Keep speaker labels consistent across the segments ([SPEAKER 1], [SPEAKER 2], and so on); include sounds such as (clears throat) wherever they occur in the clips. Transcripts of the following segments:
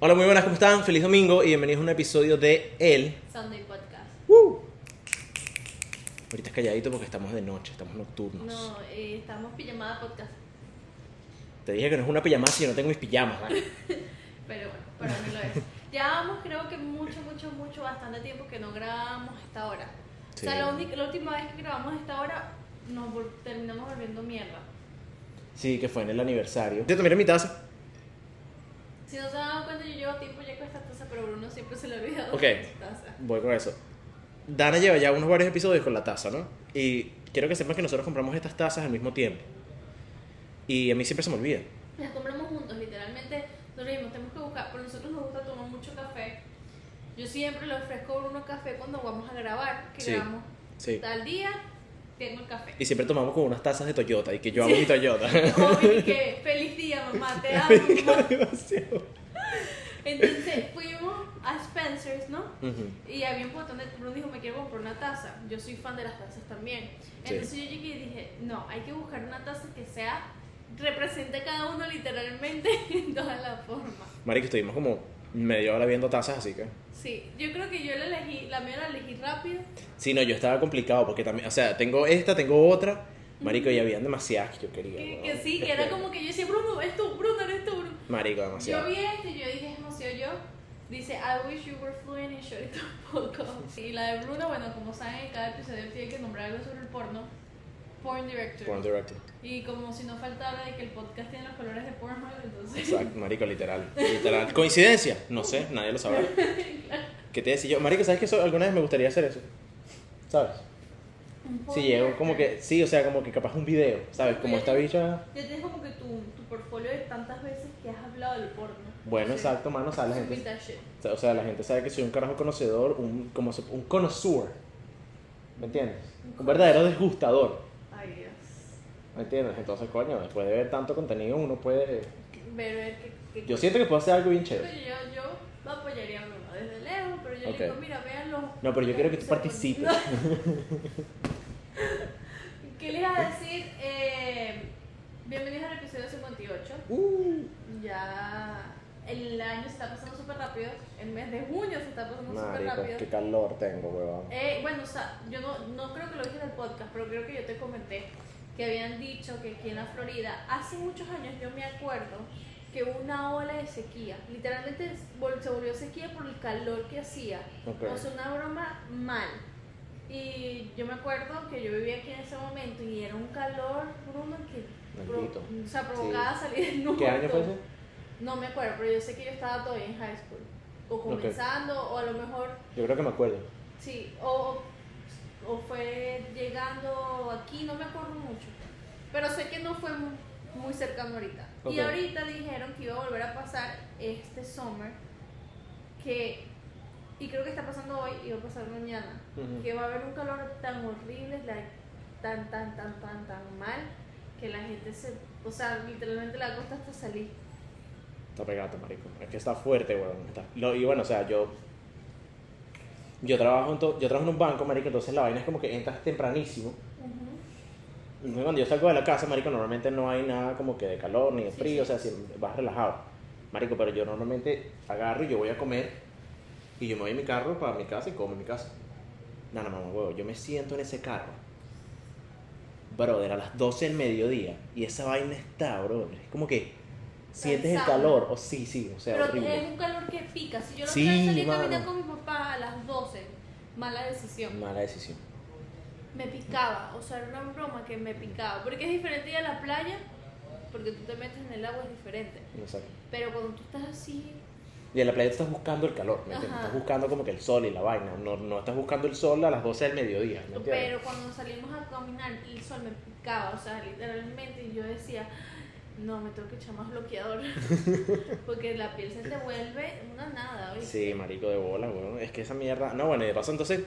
[SPEAKER 1] Hola, muy buenas, ¿cómo están? Feliz domingo y bienvenidos a un episodio de El.
[SPEAKER 2] Sunday Podcast.
[SPEAKER 1] Ahorita es calladito porque estamos de noche, estamos nocturnos.
[SPEAKER 2] No, eh, estamos pijamada podcast.
[SPEAKER 1] Te dije que no es una pijamada si yo no tengo mis pijamas, ¿vale?
[SPEAKER 2] Pero bueno, para mí lo
[SPEAKER 1] (laughs)
[SPEAKER 2] es. Llevábamos creo que mucho, mucho, mucho, bastante tiempo que no grabamos a esta hora.
[SPEAKER 1] Sí.
[SPEAKER 2] O sea, la, única- la última vez que grabamos a esta hora nos vol- terminamos volviendo mierda.
[SPEAKER 1] Sí, que fue en el aniversario. Yo mira mi taza.
[SPEAKER 2] Si no se han dado cuenta, yo llevo tiempo ya con esta taza, pero Bruno siempre se le olvida
[SPEAKER 1] Ok.
[SPEAKER 2] su taza.
[SPEAKER 1] Voy con eso. Dana lleva ya unos varios episodios con la taza, ¿no? Y quiero que sepan que nosotros compramos estas tazas al mismo tiempo. Y a mí siempre se me olvida.
[SPEAKER 2] Las compramos juntos, literalmente. Nos dijimos, tenemos que buscar, por nosotros nos gusta tomar mucho café. Yo siempre le ofrezco a Bruno café cuando vamos a grabar, que
[SPEAKER 1] Sí.
[SPEAKER 2] grabamos
[SPEAKER 1] Sí.
[SPEAKER 2] tal día, tengo el café.
[SPEAKER 1] Y siempre tomamos con unas tazas de Toyota y que yo amo mi Toyota.
[SPEAKER 2] (laughs)
[SPEAKER 1] (laughs)
[SPEAKER 2] Joven, y que feliz día, mamá, te amo. mamá".
[SPEAKER 1] Demasiado.
[SPEAKER 2] Entonces fuimos a Spencer's, ¿no?
[SPEAKER 1] Ujú.
[SPEAKER 2] Y había un botón de Bruno dijo, me quiero comprar una taza. Yo soy fan de las tazas también.
[SPEAKER 1] Sí.
[SPEAKER 2] Entonces yo llegué y dije, no, hay que buscar una taza que sea, represente a cada uno literalmente (laughs) en todas las formas.
[SPEAKER 1] Marico, estuvimos como media hora viendo tazas, así que...
[SPEAKER 2] Sí, yo creo que yo la elegí, la mía la elegí rápido.
[SPEAKER 1] Sí, no, yo estaba complicado porque también, o sea, tengo esta, tengo otra. Marico, y habían demasiadas que yo quería.
[SPEAKER 2] Que,
[SPEAKER 1] weón.
[SPEAKER 2] que sí, que era como que yo decía, Bruno, es tú, Bruno, eres tú, Bruno.
[SPEAKER 1] Marico,
[SPEAKER 2] Yo
[SPEAKER 1] demasiado.
[SPEAKER 2] vi este y yo dije, es demasiado yo. Dice, I wish you were fluent in short (laughs) tampoco. Y la de Bruno, bueno, como saben, en cada episodio tiene que nombrar algo sobre el porno. Porn director.
[SPEAKER 1] Porn director.
[SPEAKER 2] Y como si no faltara de que el podcast tiene los colores de porno, entonces.
[SPEAKER 1] Exacto, marico, literal. Literal. ¿Coincidencia? No sé, nadie lo
[SPEAKER 2] (laughs)
[SPEAKER 1] sabrá. ¿Qué te decía yo? Marico, ¿sabes que eso, alguna vez me gustaría hacer eso? ¿Sabes?
[SPEAKER 2] (laughs) Un porn
[SPEAKER 1] Si llego
[SPEAKER 2] director.
[SPEAKER 1] como que, sí, o sea, como que capaz un video, ¿sabes? Como esta bicha...
[SPEAKER 2] Ya tienes como que tu, tu portfolio de tantas veces que has hablado del porno.
[SPEAKER 1] Bueno,
[SPEAKER 2] Entonces,
[SPEAKER 1] exacto, mano, o sea, la
[SPEAKER 2] subí
[SPEAKER 1] gente...
[SPEAKER 2] that shit.
[SPEAKER 1] O sea, la gente sabe que soy un carajo conocedor, un, como se- un connoisseur. ¿Me entiendes? Un verdadero desgustador.
[SPEAKER 2] Ay, Dios.
[SPEAKER 1] ¿Me entiendes? Entonces, coño, después de ver tanto contenido, uno puede.
[SPEAKER 2] Ver, ver, que, que-
[SPEAKER 1] Yo siento que puedo hacer algo bien
[SPEAKER 2] Pero
[SPEAKER 1] chévere.
[SPEAKER 2] yo, yo lo apoyaría a Bruno desde lejos, pero yo
[SPEAKER 1] Ok.
[SPEAKER 2] le digo, mira, véanlo.
[SPEAKER 1] No, pero yo quiero que tú participes.
[SPEAKER 2] (laughs) ¿Qué les iba a decir? Eh, bienvenidos al episodio 58.
[SPEAKER 1] Uh,
[SPEAKER 2] Ya el año se está pasando súper rápido. El mes de junio se está pasando súper
[SPEAKER 1] marico,
[SPEAKER 2] rápido.
[SPEAKER 1] qué calor tengo, huevón.
[SPEAKER 2] Eh, bueno, o sea, yo no, no creo que lo dije en el podcast, pero creo que yo te comenté que habían dicho que aquí en la Florida, hace muchos años yo me acuerdo que hubo una ola de sequía, literalmente es- vol- se volvió sequía por el calor que hacía,
[SPEAKER 1] Ok.
[SPEAKER 2] o sea, una broma mal. Y yo me acuerdo que yo vivía aquí en ese momento y era un calor, Bruno, que pro-
[SPEAKER 1] Maldito.
[SPEAKER 2] o sea, provocaba salir desnudo.
[SPEAKER 1] ¿Qué año fue ese?
[SPEAKER 2] No me acuerdo, pero yo sé que yo estaba todavía en high school, o comenzando, o a lo mejor
[SPEAKER 1] Yo creo que me acuerdo.
[SPEAKER 2] Sí, o, o fue llegando aquí, no me acuerdo mucho. Pero sé que no fue mu- muy cercano ahorita. Y
[SPEAKER 1] Ok.
[SPEAKER 2] ahorita dijeron que iba a volver a pasar este summer, que, y creo que está pasando hoy y va a pasar mañana,
[SPEAKER 1] Ujú.
[SPEAKER 2] que va a haber un calor tan horrible, la- tan, tan, tan, tan, tan mal, que la gente se, o sea, literalmente la costa hasta salir.
[SPEAKER 1] Está pegado, marico. Es que está fuerte, huevón. Está- lo- y bueno, o sea, yo. Yo trabajo, en to- yo trabajo en un banco, marico, entonces la vaina es como que entras tempranísimo. Entonces, Cuando yo salgo de la casa, marico, normalmente no hay nada como que de calor ni de
[SPEAKER 2] Sí,
[SPEAKER 1] frío,
[SPEAKER 2] sí.
[SPEAKER 1] o sea, si vas relajado. Marico, pero yo normalmente agarro y yo voy a comer y yo me voy en mi carro para mi casa y como en mi casa. No, no, mamá, huevo, yo me siento en ese carro. Brother, a las 12 del mediodía y esa vaina está, brother. Es como que sientes el
[SPEAKER 2] Cansado.
[SPEAKER 1] calor, o sí, sí, o sea,
[SPEAKER 2] Pero
[SPEAKER 1] horrible.
[SPEAKER 2] es un calor que pica. Si yo lo
[SPEAKER 1] Sí,
[SPEAKER 2] salí a caminar
[SPEAKER 1] mano.
[SPEAKER 2] con mi papá a las 12, mala decisión.
[SPEAKER 1] Mala decisión.
[SPEAKER 2] Me picaba, o sea, era una broma que me picaba. Porque es diferente ir a la playa, porque tú te metes en el agua, es diferente.
[SPEAKER 1] Exacto.
[SPEAKER 2] Pero cuando tú estás así,
[SPEAKER 1] Y en la playa estás buscando el calor, ¿me entiendes?
[SPEAKER 2] Ajá.
[SPEAKER 1] Estás buscando como que el sol y la vaina. No, no estás buscando el sol a las 12 del mediodía, ¿me entiendes?
[SPEAKER 2] pero cuando salimos a caminar, el sol me picaba, o sea, literalmente, y yo decía, no, me tengo que echar
[SPEAKER 1] (laughs)
[SPEAKER 2] más bloqueador. porque la piel se te vuelve una nada, ¿oíste?
[SPEAKER 1] Sí, marico de bola, weón. Es que esa mierda. No, bueno, y de paso entonces,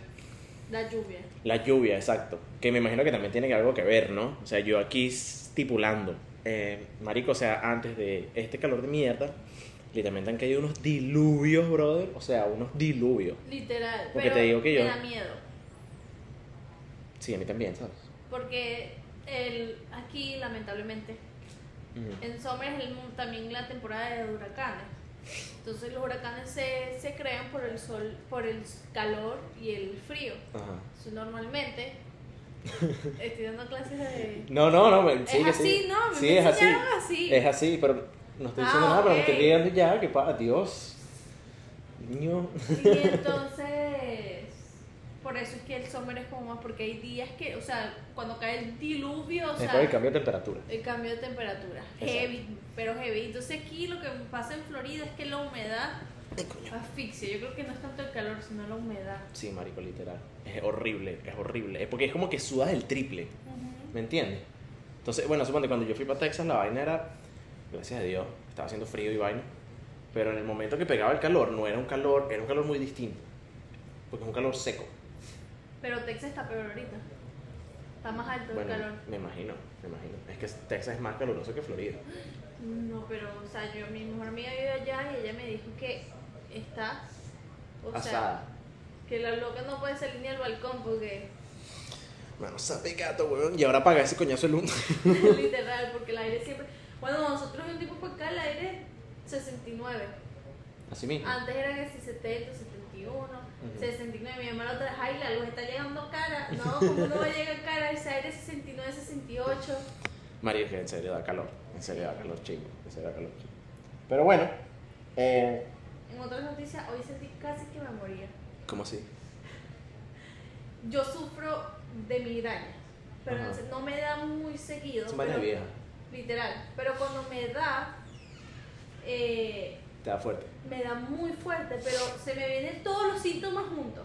[SPEAKER 2] La lluvia.
[SPEAKER 1] la lluvia, exacto. Que me imagino que también tiene algo que ver, ¿no? O sea, yo aquí estipulando. eh, marico, o sea, antes de este calor de mierda, literalmente han caído unos diluvios, brother. O sea, unos diluvios.
[SPEAKER 2] Literal.
[SPEAKER 1] Porque
[SPEAKER 2] pero
[SPEAKER 1] te digo que yo-
[SPEAKER 2] Me da miedo.
[SPEAKER 1] Sí, a mí también, ¿sabes?
[SPEAKER 2] Porque el, aquí, lamentablemente,
[SPEAKER 1] Ujú.
[SPEAKER 2] en Somers también la temporada de huracanes. Entonces los huracanes se, se crean por el sol, por el calor y el frío.
[SPEAKER 1] Ajá.
[SPEAKER 2] Entonces, normalmente
[SPEAKER 1] (laughs)
[SPEAKER 2] estoy dando clases de
[SPEAKER 1] No, no, no, me- sigue,
[SPEAKER 2] es así,
[SPEAKER 1] sigue.
[SPEAKER 2] ¿no? Me
[SPEAKER 1] Sí, es así.
[SPEAKER 2] enseñaron así.
[SPEAKER 1] Es así, pero no estoy
[SPEAKER 2] Ah,
[SPEAKER 1] diciendo nada, pero me
[SPEAKER 2] ok.
[SPEAKER 1] estoy quedando ya, que para Dios. Niño.
[SPEAKER 2] Y entonces, por eso es que el summer es como más, porque hay días que, o sea, cuando cae el diluvio, o
[SPEAKER 1] Es
[SPEAKER 2] sea,
[SPEAKER 1] por el cambio de temperatura.
[SPEAKER 2] el cambio de temperatura,
[SPEAKER 1] Exacto.
[SPEAKER 2] heavy, pero heavy. Entonces aquí lo que pasa en Florida es que la humedad asfixia, yo creo que no es tanto el calor, sino la humedad.
[SPEAKER 1] Sí, marico, literal. Es horrible, es horrible. Es porque es como que sudas el triple, ¿me entiendes? Entonces, bueno, suponte, cuando yo fui para Texas, la vaina era, gracias a Dios, estaba haciendo frío y vaina. Pero en el momento que pegaba el calor, no era un calor, era un calor muy distinto. Porque es un calor seco.
[SPEAKER 2] Pero Texas está peor ahorita. Está más alto
[SPEAKER 1] Bueno,
[SPEAKER 2] el calor.
[SPEAKER 1] me imagino, me imagino. Es que Texas es más caluroso que Florida.
[SPEAKER 2] No, pero, o sea, yo, mi mejor amiga vive allá y ella me dijo que está, o sea,
[SPEAKER 1] Asada.
[SPEAKER 2] que la loca no puede salir ni al balcón
[SPEAKER 1] (laughs)
[SPEAKER 2] porque...
[SPEAKER 1] Mano, sabe gato, weón. Y ahora paga ese coñazo el humo.
[SPEAKER 2] (laughs) Literal, porque el aire siempre. Bueno, nosotros de un tiempo para acá el aire 69.
[SPEAKER 1] Así mismo.
[SPEAKER 2] Antes era que si 70, 71, 69. Mi hermano trae, ay, la luz está llegando cara. No, ¿cómo no va a llegar cara? Ese aire 69, 68.
[SPEAKER 1] María, que en serio da calor. En serio da calor chingo. En serio da calor chingo. Pero bueno, eh,
[SPEAKER 2] En otras noticias, hoy sentí casi que me moría.
[SPEAKER 1] ¿cómo así?
[SPEAKER 2] Yo sufro de migrañas, pero
[SPEAKER 1] Ajá.
[SPEAKER 2] no me da muy seguido.
[SPEAKER 1] Son vainas
[SPEAKER 2] pero-
[SPEAKER 1] viejas.
[SPEAKER 2] Literal. Pero cuando me da, eh,
[SPEAKER 1] Te da fuerte.
[SPEAKER 2] me da muy fuerte, pero se me vienen todos los síntomas juntos.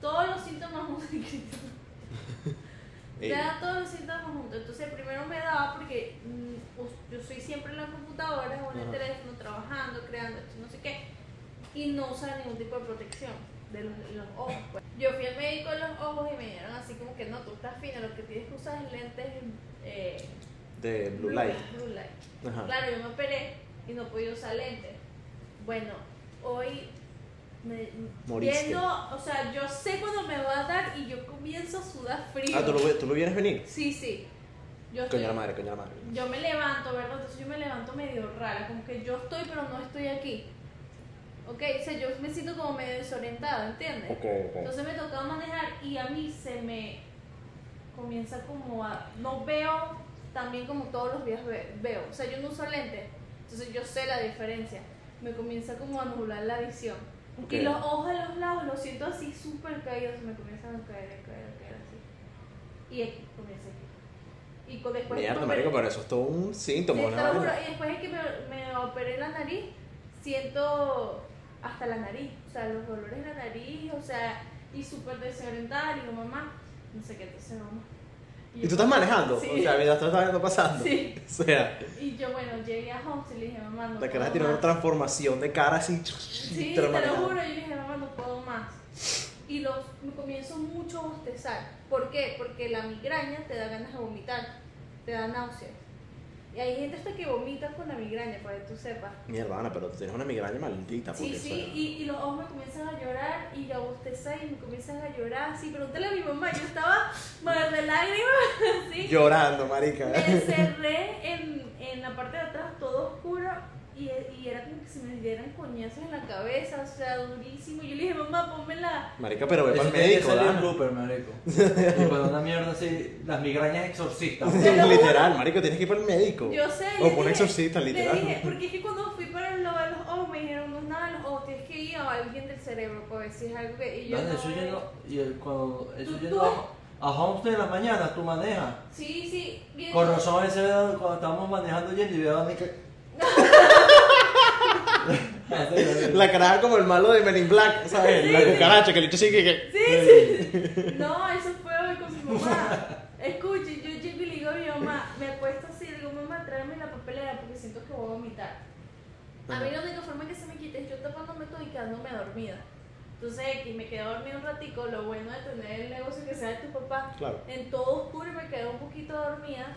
[SPEAKER 2] Todos los síntomas juntos. (laughs) me
[SPEAKER 1] Ey.
[SPEAKER 2] da todos los síntomas juntos. Entonces, primero me daba porque mm, us- yo soy siempre en la computadora o en el
[SPEAKER 1] Ajá.
[SPEAKER 2] teléfono trabajando, creando, esto, no sé qué. Y no usaba ningún tipo de protección de los, de los ojos. pues. Yo fui al médico de los ojos y me dijeron así como que no, tú estás fina, lo que tienes que usar es lentes. eh,
[SPEAKER 1] De blue light. Ah.
[SPEAKER 2] Blue light.
[SPEAKER 1] Ajá.
[SPEAKER 2] Claro, yo me operé y no podía usar lentes. Bueno, hoy me
[SPEAKER 1] Moriste.
[SPEAKER 2] yendo, o sea, yo sé cuando me va a dar y yo comienzo a sudar frío.
[SPEAKER 1] Ah, ¿tú lo, ve- tú lo vienes venir.
[SPEAKER 2] Sí, sí. Yo, estoy-
[SPEAKER 1] Coño la madre, coño la madre.
[SPEAKER 2] yo me levanto, ¿verdad? Entonces yo me levanto medio rara, como que yo estoy pero no estoy aquí. Ok, o sea, yo me siento como medio desorientada, ¿entiendes?
[SPEAKER 1] Ok,
[SPEAKER 2] Entonces me tocaba manejar y a mí se me comienza como a... No veo también como todos los días ve- veo. O sea, yo no uso lentes. Entonces yo sé la diferencia. Me comienza como a nublar la visión.
[SPEAKER 1] Ok.
[SPEAKER 2] Y los ojos de los lados los siento así súper caídos. Se me comienzan a caer, a caer, a caer así. Y aquí comienza aquí. Y con- después...
[SPEAKER 1] Mierda,
[SPEAKER 2] me
[SPEAKER 1] marico,
[SPEAKER 2] operé-
[SPEAKER 1] pero eso es todo un síntoma.
[SPEAKER 2] pues, Sí,
[SPEAKER 1] una
[SPEAKER 2] te lo juro.
[SPEAKER 1] vaina.
[SPEAKER 2] Y después de que me, me operé la nariz, siento hasta la nariz, o sea, los dolores de la nariz, o sea, y súper desorientada, y digo, mamá, no sé qué, entonces mamá.
[SPEAKER 1] ¿Y
[SPEAKER 2] yo-
[SPEAKER 1] tú estás manejando?
[SPEAKER 2] Sí.
[SPEAKER 1] O sea, mientras todo está pasando.
[SPEAKER 2] Sí.
[SPEAKER 1] (laughs) O sea,
[SPEAKER 2] Y yo, bueno, llegué a Homs y le dije, mamá, no
[SPEAKER 1] la
[SPEAKER 2] puedo
[SPEAKER 1] cara tiene una
[SPEAKER 2] más".
[SPEAKER 1] transformación de cara así. (laughs)
[SPEAKER 2] Sí, te
[SPEAKER 1] pero
[SPEAKER 2] lo
[SPEAKER 1] manejando.
[SPEAKER 2] juro, yo dije, mamá, no puedo más. Y los, me comienzo mucho a bostezar. ¿Por qué? Porque la migraña te da ganas de vomitar, te da náuseas. Y hay gente hasta que vomita con la migraña, para que tú sepas.
[SPEAKER 1] Mierda, Ana, pero tú tienes una migraña maldita.
[SPEAKER 2] Sí,
[SPEAKER 1] porque,
[SPEAKER 2] sí,
[SPEAKER 1] o sea,
[SPEAKER 2] y, y los ojos me comienzan a llorar y a bostezar y me comienzan a llorar. Sí, pregúntale a mi mamá, yo estaba mar de (laughs) lágrimas, así.
[SPEAKER 1] Llorando, marica. (laughs)
[SPEAKER 2] Me encerré en, en la parte de atrás, todo oscuro, y, y era como que se me dieran coñazos en la cabeza, o sea, durísimo. Y yo le dije, mamá, ponme la.
[SPEAKER 1] Marica, pero ve
[SPEAKER 3] Eso
[SPEAKER 1] para el
[SPEAKER 3] tiene que
[SPEAKER 1] médico,
[SPEAKER 3] ser de un
[SPEAKER 1] Dana.
[SPEAKER 3] blooper, marico. Y cuando una mierda así, las migrañas
[SPEAKER 2] (laughs)
[SPEAKER 3] exorcistas.
[SPEAKER 2] Te lo
[SPEAKER 1] (laughs)
[SPEAKER 2] juro.
[SPEAKER 1] literal, marico, tienes que ir para el médico.
[SPEAKER 2] Yo sé.
[SPEAKER 1] O por
[SPEAKER 2] le
[SPEAKER 1] un
[SPEAKER 2] dije-
[SPEAKER 1] exorcista,
[SPEAKER 2] Le
[SPEAKER 1] (laughs)
[SPEAKER 2] dije,
[SPEAKER 1] literal.
[SPEAKER 2] porque es que cuando fui para lo de los ojos me dijeron, no, nada, de los ojos, tienes que ir a alguien del cerebro, para ver si es algo que. Y yo,
[SPEAKER 3] Dale, eso
[SPEAKER 2] no, eh,
[SPEAKER 3] yendo, y el- cuando eso
[SPEAKER 2] Tú-
[SPEAKER 3] yendo
[SPEAKER 2] tú-
[SPEAKER 3] a, a Homestead en la mañana, tú manejas.
[SPEAKER 2] Sí, sí, bien.
[SPEAKER 3] Con razón, ese era cuando estábamos manejando yendo y veo a Dani
[SPEAKER 2] (laughs)
[SPEAKER 3] (laughs) que.
[SPEAKER 1] (laughs) La cara como el malo de Men in Black, ¿sabes?
[SPEAKER 2] Sí,
[SPEAKER 1] la
[SPEAKER 2] sí.
[SPEAKER 1] cucaracha que le echa así que. que-
[SPEAKER 2] Sí, sí, sí.
[SPEAKER 1] (laughs)
[SPEAKER 2] No, eso fue hoy con mi mamá. Escuchen, yo llego y le digo a mi mamá, me acuesto así, le digo, mamá, tráeme la papelera porque siento que voy a vomitar. A mí la única forma que se me quite es yo tapándome todo y quedándome dormida. Entonces, X, me quedé dormida un ratico, lo bueno de tener el negocio que sea de tu papá,
[SPEAKER 1] Claro.
[SPEAKER 2] en todo oscuro y me quedé un poquito dormida.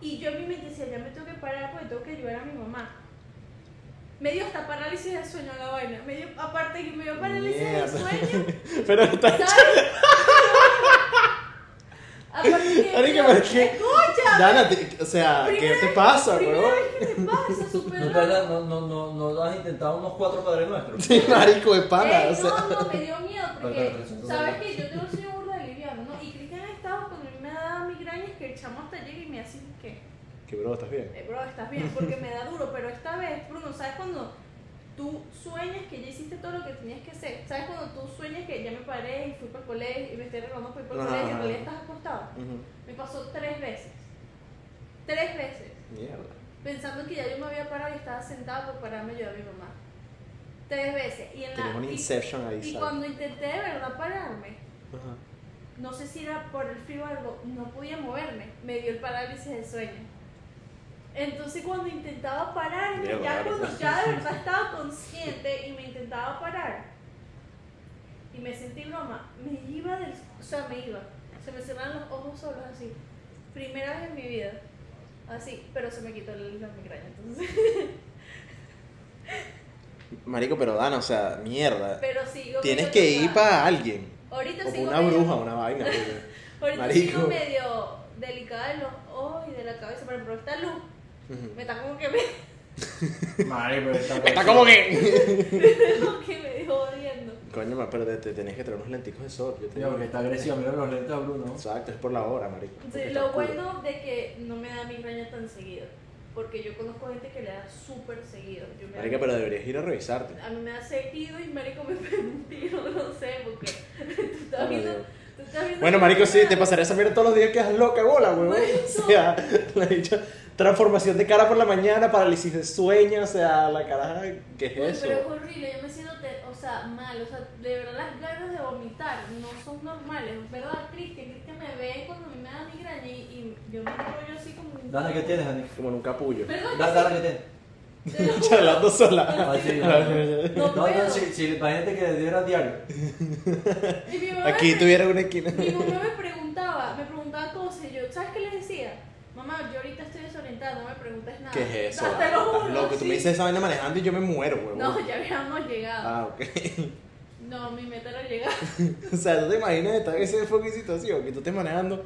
[SPEAKER 2] Y yo en mi mente decía, ya me tengo que parar porque tengo que ayudar a mi mamá. Me dio hasta parálisis de sueño la vaina. Me dio, aparte que me dio parálisis
[SPEAKER 1] Mierda.
[SPEAKER 2] de sueño.
[SPEAKER 1] Pero está.
[SPEAKER 2] ¿Sabes? Aparte que-
[SPEAKER 1] Marica, pero es que-
[SPEAKER 2] (laughs) Escucha.
[SPEAKER 1] Dana, te- o sea, ¿qué
[SPEAKER 2] Primera
[SPEAKER 1] te
[SPEAKER 2] vez-
[SPEAKER 1] pasa,
[SPEAKER 2] primera
[SPEAKER 1] weón?
[SPEAKER 2] vez que ¿qué te pasa?
[SPEAKER 1] (laughs)
[SPEAKER 2] Súper
[SPEAKER 3] ¿No, te
[SPEAKER 2] raro.
[SPEAKER 3] hayas- no, no, no, no has intentado unos cuatro padres nuestros?
[SPEAKER 1] Sí, marico, de pana.
[SPEAKER 2] Ey,
[SPEAKER 1] o sea.
[SPEAKER 2] no, no, me dio
[SPEAKER 1] (laughs)
[SPEAKER 2] miedo
[SPEAKER 3] Pero,
[SPEAKER 2] porque
[SPEAKER 3] pero, pero,
[SPEAKER 2] sabes
[SPEAKER 3] pero,
[SPEAKER 2] que yo tengo soy burda de liviano, ¿no? Y Cristian ha estado cuando a mí me da migrañas que el chamo hasta llega y me hace que,
[SPEAKER 1] Que bro, ¿estás bien?
[SPEAKER 2] eh, bro, estás bien, porque
[SPEAKER 1] (laughs)
[SPEAKER 2] me da duro, pero esta vez, Bruno, ¿sabes cuando tú sueñas que ya hiciste todo lo que tenías que hacer? ¿Sabes cuando tú sueñas que ya me paré y fui para el colegio y me estoy arreglando para ir para el
[SPEAKER 1] Ajá.
[SPEAKER 2] colegio y en realidad estás acostado? Me pasó tres veces. Tres veces.
[SPEAKER 1] Mierda.
[SPEAKER 2] Pensando que ya yo me había parado y estaba sentado para pararme yo a mi mamá. Tres veces. Y en la.
[SPEAKER 1] Tienes un
[SPEAKER 2] y-
[SPEAKER 1] inception ahí,
[SPEAKER 2] y
[SPEAKER 1] ¿sabes?
[SPEAKER 2] cuando intenté de verdad pararme,
[SPEAKER 1] Ajá.
[SPEAKER 2] no sé si era por el frío o algo, no podía moverme, me dio el parálisis del sueño. Entonces cuando intentaba pararme,
[SPEAKER 1] Mierda,
[SPEAKER 2] ya
[SPEAKER 1] marico.
[SPEAKER 2] cuando ya de verdad estaba consciente y me intentaba parar y me sentí broma, me iba del, o sea, me iba, se me cerraron los ojos solos así, primera vez en mi vida, así, pero se me quitó la migraña, entonces, (laughs)
[SPEAKER 1] Marico, pero Dan, o sea, mierda.
[SPEAKER 2] pero sigo.
[SPEAKER 1] Tienes
[SPEAKER 2] medio
[SPEAKER 1] que ir
[SPEAKER 2] tocada.
[SPEAKER 1] para alguien.
[SPEAKER 2] Ahorita
[SPEAKER 1] O
[SPEAKER 2] sigo
[SPEAKER 1] una
[SPEAKER 2] medio-
[SPEAKER 1] bruja, una vaina. porque-
[SPEAKER 2] (laughs) Ahorita
[SPEAKER 1] Marico.
[SPEAKER 2] sigo medio delicada de los ojos y de la cabeza, pero por esta luz
[SPEAKER 1] Ujú.
[SPEAKER 2] me está como que me, (laughs)
[SPEAKER 3] Madre, pero esta
[SPEAKER 1] Está como que.
[SPEAKER 2] como que me dejó odiando.
[SPEAKER 1] Coño, ma, pero te, te tenés que traer unos lenticos de sol. Yo te
[SPEAKER 3] Tío, porque está agresiva, mira los lentes a Bruno.
[SPEAKER 1] Exacto, es por la hora, marico. porque está
[SPEAKER 2] Lo
[SPEAKER 1] oscuro.
[SPEAKER 2] bueno de que no me da migraña tan seguido, porque yo conozco gente que le da súper seguido. Yo me
[SPEAKER 1] Marica, pero deberías ir a revisarte.
[SPEAKER 2] A mí me da seguido y marico me (laughs) pegó un tiro, no sé, porque (laughs) tú estás
[SPEAKER 1] Pero,
[SPEAKER 2] viendo...
[SPEAKER 1] Dios.
[SPEAKER 2] tú estás viendo
[SPEAKER 1] Bueno,
[SPEAKER 2] que
[SPEAKER 1] marico,
[SPEAKER 2] me
[SPEAKER 1] sí,
[SPEAKER 2] da-
[SPEAKER 1] te pasaré esa mierda todos los días que haces loca, bola, weón.
[SPEAKER 2] Marico.
[SPEAKER 1] (laughs) O sea, la dicha transformación de cara por la mañana, parálisis de sueño, o sea, la caraja, ¿qué
[SPEAKER 2] Uy,
[SPEAKER 1] es
[SPEAKER 2] Pero es
[SPEAKER 1] eso?
[SPEAKER 2] horrible, yo me siento, te- o sea, mal, o sea, de verdad las ganas de vomitar no son normales, ¿verdad, Cristian? Cristian me ve cuando a mí me da migraña y, y yo me rollo así como... un-
[SPEAKER 3] Dana, ¿qué tienes, Dani?
[SPEAKER 1] Como en un capullo.
[SPEAKER 2] Perdón,
[SPEAKER 3] Da- Dana, ¿qué tienes?
[SPEAKER 2] te lo
[SPEAKER 1] (laughs)
[SPEAKER 2] juro,
[SPEAKER 1] Charlando sola.
[SPEAKER 3] Ah, sí,
[SPEAKER 2] No
[SPEAKER 3] No, no,
[SPEAKER 2] puedo.
[SPEAKER 3] si, si, imagínate que le diera diario.
[SPEAKER 2] y mi mamá
[SPEAKER 1] Aquí
[SPEAKER 2] me-
[SPEAKER 1] tuviera una esquina.
[SPEAKER 2] Mi mamá me preguntaba, me preguntaba cosas y yo, ¿sabes qué le decía? Mamá, yo ahorita estoy desorientada, no me preguntes nada.
[SPEAKER 1] ¿Qué es eso?
[SPEAKER 2] Ah, Te lo juro,
[SPEAKER 1] Estás loco, tú
[SPEAKER 2] sí.
[SPEAKER 1] me dices esa vaina manejando y yo me muero, weón.
[SPEAKER 2] No, ya habíamos llegado.
[SPEAKER 1] Ah, ok. (laughs)
[SPEAKER 2] No, mi meta era llegar.
[SPEAKER 1] O sea, tú te imaginas estar en ese fucking situación que tú estés manejando.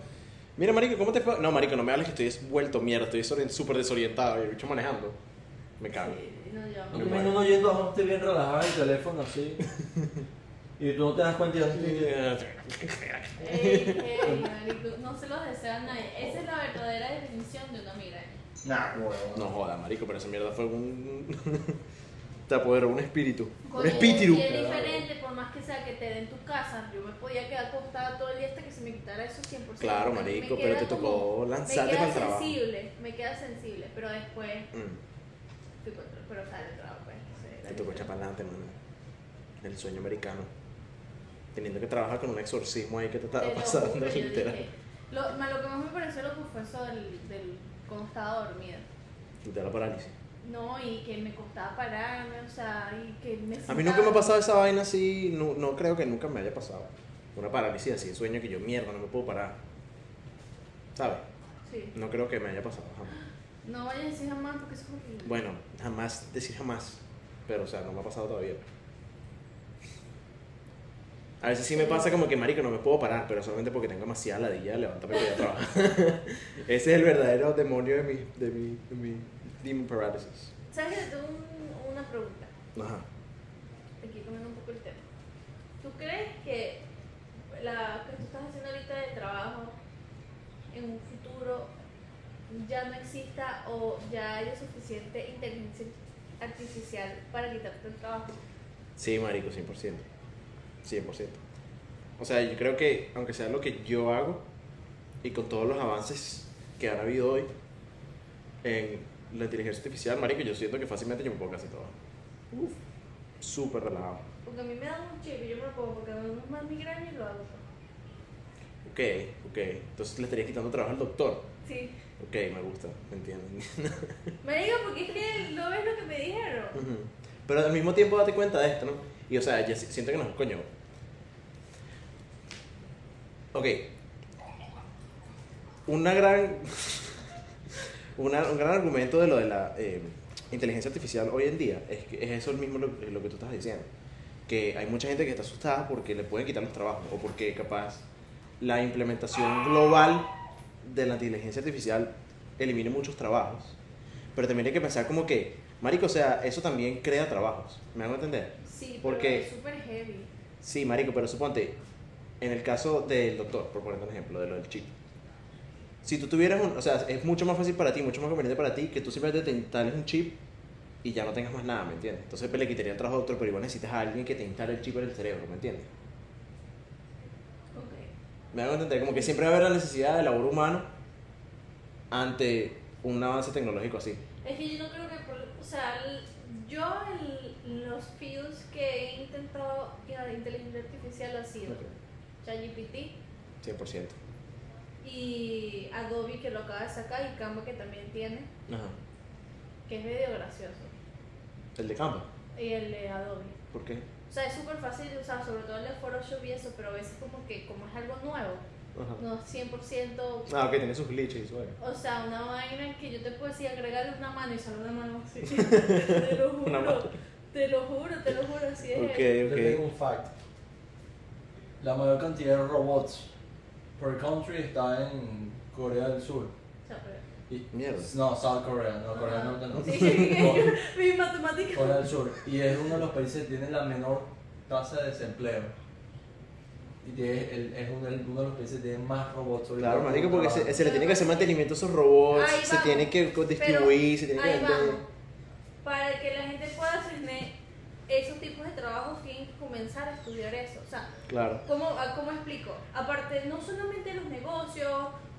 [SPEAKER 1] Mira, marico, ¿cómo te fue? No, marico, no me hables que estoy vuelto mierda, estoy desori- súper desorientado y el bicho manejando. Me cago.
[SPEAKER 2] Sí, no, ya
[SPEAKER 3] No
[SPEAKER 1] Yo
[SPEAKER 2] me-
[SPEAKER 3] te
[SPEAKER 1] muero.
[SPEAKER 3] imagino uno yendo a usted bien relajado el teléfono así. Y tú no te das cuenta y así.
[SPEAKER 1] (laughs)
[SPEAKER 2] Ey, ey, marico, no se los deseo a nadie. Esa es la verdadera definición de una migraña.
[SPEAKER 3] Nah, huevón.
[SPEAKER 1] No joda, marico, pero esa mierda fue un... (laughs) te apoderó un espíritu. Un
[SPEAKER 2] Coño,
[SPEAKER 1] espíritu.
[SPEAKER 2] Y es diferente, por más que sea que te den tu casa, yo me podía quedar acostada todo el día hasta que se me quitara eso 100%.
[SPEAKER 1] Claro,
[SPEAKER 2] Me- me
[SPEAKER 1] marico, pero
[SPEAKER 2] queda
[SPEAKER 1] te
[SPEAKER 2] como-
[SPEAKER 1] tocó
[SPEAKER 2] Me
[SPEAKER 1] lanzarte para
[SPEAKER 2] queda
[SPEAKER 1] el trabajo.
[SPEAKER 2] sensible, me queda sensible, pero después
[SPEAKER 1] Mm,
[SPEAKER 2] fui contra, pero sale el trabajo. pues, entonces,
[SPEAKER 1] Te tocó echar para adelante, mano. El sueño americano. Teniendo que trabajar con un exorcismo ahí que te estaba
[SPEAKER 2] Te lo
[SPEAKER 1] pasando,
[SPEAKER 2] juro, yo
[SPEAKER 1] (laughs) literal.
[SPEAKER 2] dije, Lo, ma- lo que más me pareció lo que fue eso del, del cómo estaba dormida.
[SPEAKER 1] Literal la parálisis.
[SPEAKER 2] No, y que me costaba pararme, o sea, y que me
[SPEAKER 1] A mí nunca me ha pasado esa vaina así, no, no creo que nunca me haya pasado. Una parálisis así de sueño que yo mierda, no me puedo parar. ¿Sabes?
[SPEAKER 2] Sí.
[SPEAKER 1] No creo que me haya pasado jamás.
[SPEAKER 2] No vayas a decir jamás porque eso es horrible.
[SPEAKER 1] Bueno, jamás, decir jamás. Pero, o sea, no me ha pasado todavía. A veces sí me pasa como que, marico, no me puedo parar, pero solamente porque tengo demasiada ladilla de levantarme y voy a trabajar. (laughs) Ese es el verdadero demonio de mi, de mi, de mi demon paralysis.
[SPEAKER 2] ¿Sabes que te tengo un- una pregunta?
[SPEAKER 1] Ajá.
[SPEAKER 2] Aquí comiendo un poco el tema. ¿Tú crees que la que tú estás haciendo ahorita de trabajo en un futuro ya no exista o ya haya suficiente inteligencia artificial para quitarte el trabajo?
[SPEAKER 1] Sí, marico, 100%. 100%. O sea, yo creo que, aunque sea lo que yo hago, y con todos los avances que han habido hoy en la inteligencia artificial, marico, yo siento que fácilmente yo me puedo casi todo. Uf, súper relajado.
[SPEAKER 2] Porque a mí me da un chip y yo me lo pongo porque no es más migraña y lo hago.
[SPEAKER 1] Ok, ok. Entonces le estaría quitando trabajo al doctor.
[SPEAKER 2] Sí.
[SPEAKER 1] Ok, me gusta, me entienden.
[SPEAKER 2] Me digo porque es que no ves lo que me dijeron.
[SPEAKER 1] Ujú. Pero al mismo tiempo date cuenta de esto, ¿no? Y o sea, ya si- siento que nos coño. Ok. Una gran. (laughs) una- un gran argumento de lo de la eh, inteligencia artificial hoy en día es que es eso el mismo lo, lo que tú estás diciendo. Que hay mucha gente que está asustada porque le pueden quitar los trabajos o porque capaz la implementación global de la inteligencia artificial elimine muchos trabajos. pero también hay que pensar como que, marico, o sea, eso también crea trabajos, ¿me hago entender?
[SPEAKER 2] Sí,
[SPEAKER 1] Porque-
[SPEAKER 2] pero es súper heavy.
[SPEAKER 1] Sí, marico, pero suponte, en el caso del doctor, por poner un ejemplo, de lo del chip. Si tú tuvieras un, o sea, es mucho más fácil para ti, mucho más conveniente para ti que tú simplemente te instales un chip y ya no tengas más nada, ¿me entiendes? Entonces pues, le quitaría el trabajo a otro, pero igual necesitas a alguien que te instale el chip en el cerebro, ¿me entiendes?
[SPEAKER 2] Ok.
[SPEAKER 1] Me hago entender, como que siempre va a haber la necesidad de labor humano ante un avance tecnológico así.
[SPEAKER 2] Es que yo no creo que, por- o sea, el- yo el- los fields que he intentado la inteligencia artificial ha sido ChatGPT
[SPEAKER 1] 100%.
[SPEAKER 2] y Adobe que lo acaba de sacar y Canva que también tiene,
[SPEAKER 1] Ajá.
[SPEAKER 2] que es medio gracioso.
[SPEAKER 1] El de campo.
[SPEAKER 2] Y el de Adobe.
[SPEAKER 1] ¿Por qué?
[SPEAKER 2] O sea, es súper fácil de usar, sobre todo el de Photoshop y eso, pero a veces como que como es algo nuevo,
[SPEAKER 1] Ajá.
[SPEAKER 2] no es 100%...
[SPEAKER 1] Ah, ok, tiene sus glitches y su vaina.
[SPEAKER 2] O sea, una vaina que yo te puedo decir, agregarle una mano y sale una mano
[SPEAKER 1] (laughs)
[SPEAKER 2] así. te lo
[SPEAKER 1] Una mano.
[SPEAKER 2] juro, te lo juro, te lo juro, así es.
[SPEAKER 1] Ok,
[SPEAKER 3] Yo tengo
[SPEAKER 1] ok.
[SPEAKER 3] un fact. La mayor cantidad de robots per country está en Corea del Sur.
[SPEAKER 2] O sea, pero-
[SPEAKER 3] Y-
[SPEAKER 1] Mierda.
[SPEAKER 3] no, South Korea, no, Corea del Norte
[SPEAKER 1] (laughs)
[SPEAKER 3] no.
[SPEAKER 2] Sí,
[SPEAKER 3] Corea-
[SPEAKER 2] (laughs) mi matemática.
[SPEAKER 3] Corea del Sur. Y es uno de los países que tiene la menor tasa de desempleo. Y tiene- el- es uno, el- uno de los países que tiene más robots. sobre
[SPEAKER 1] Claro,
[SPEAKER 3] todo
[SPEAKER 1] marico, porque se,
[SPEAKER 3] trabajando.
[SPEAKER 1] se le tiene que hacer mantenimiento a esos robots,
[SPEAKER 2] Ahí
[SPEAKER 1] se
[SPEAKER 2] vamos.
[SPEAKER 1] tiene que co-
[SPEAKER 2] Pero
[SPEAKER 1] distribuir, se tiene que
[SPEAKER 2] ahí
[SPEAKER 1] vender.
[SPEAKER 2] vamos. Para que la gente pueda tener esos tipos de trabajos, tienen que comenzar a estudiar eso. O sea,
[SPEAKER 1] Claro.
[SPEAKER 2] ¿Cómo, a- ¿Cómo explico? Aparte, no solamente los negocios,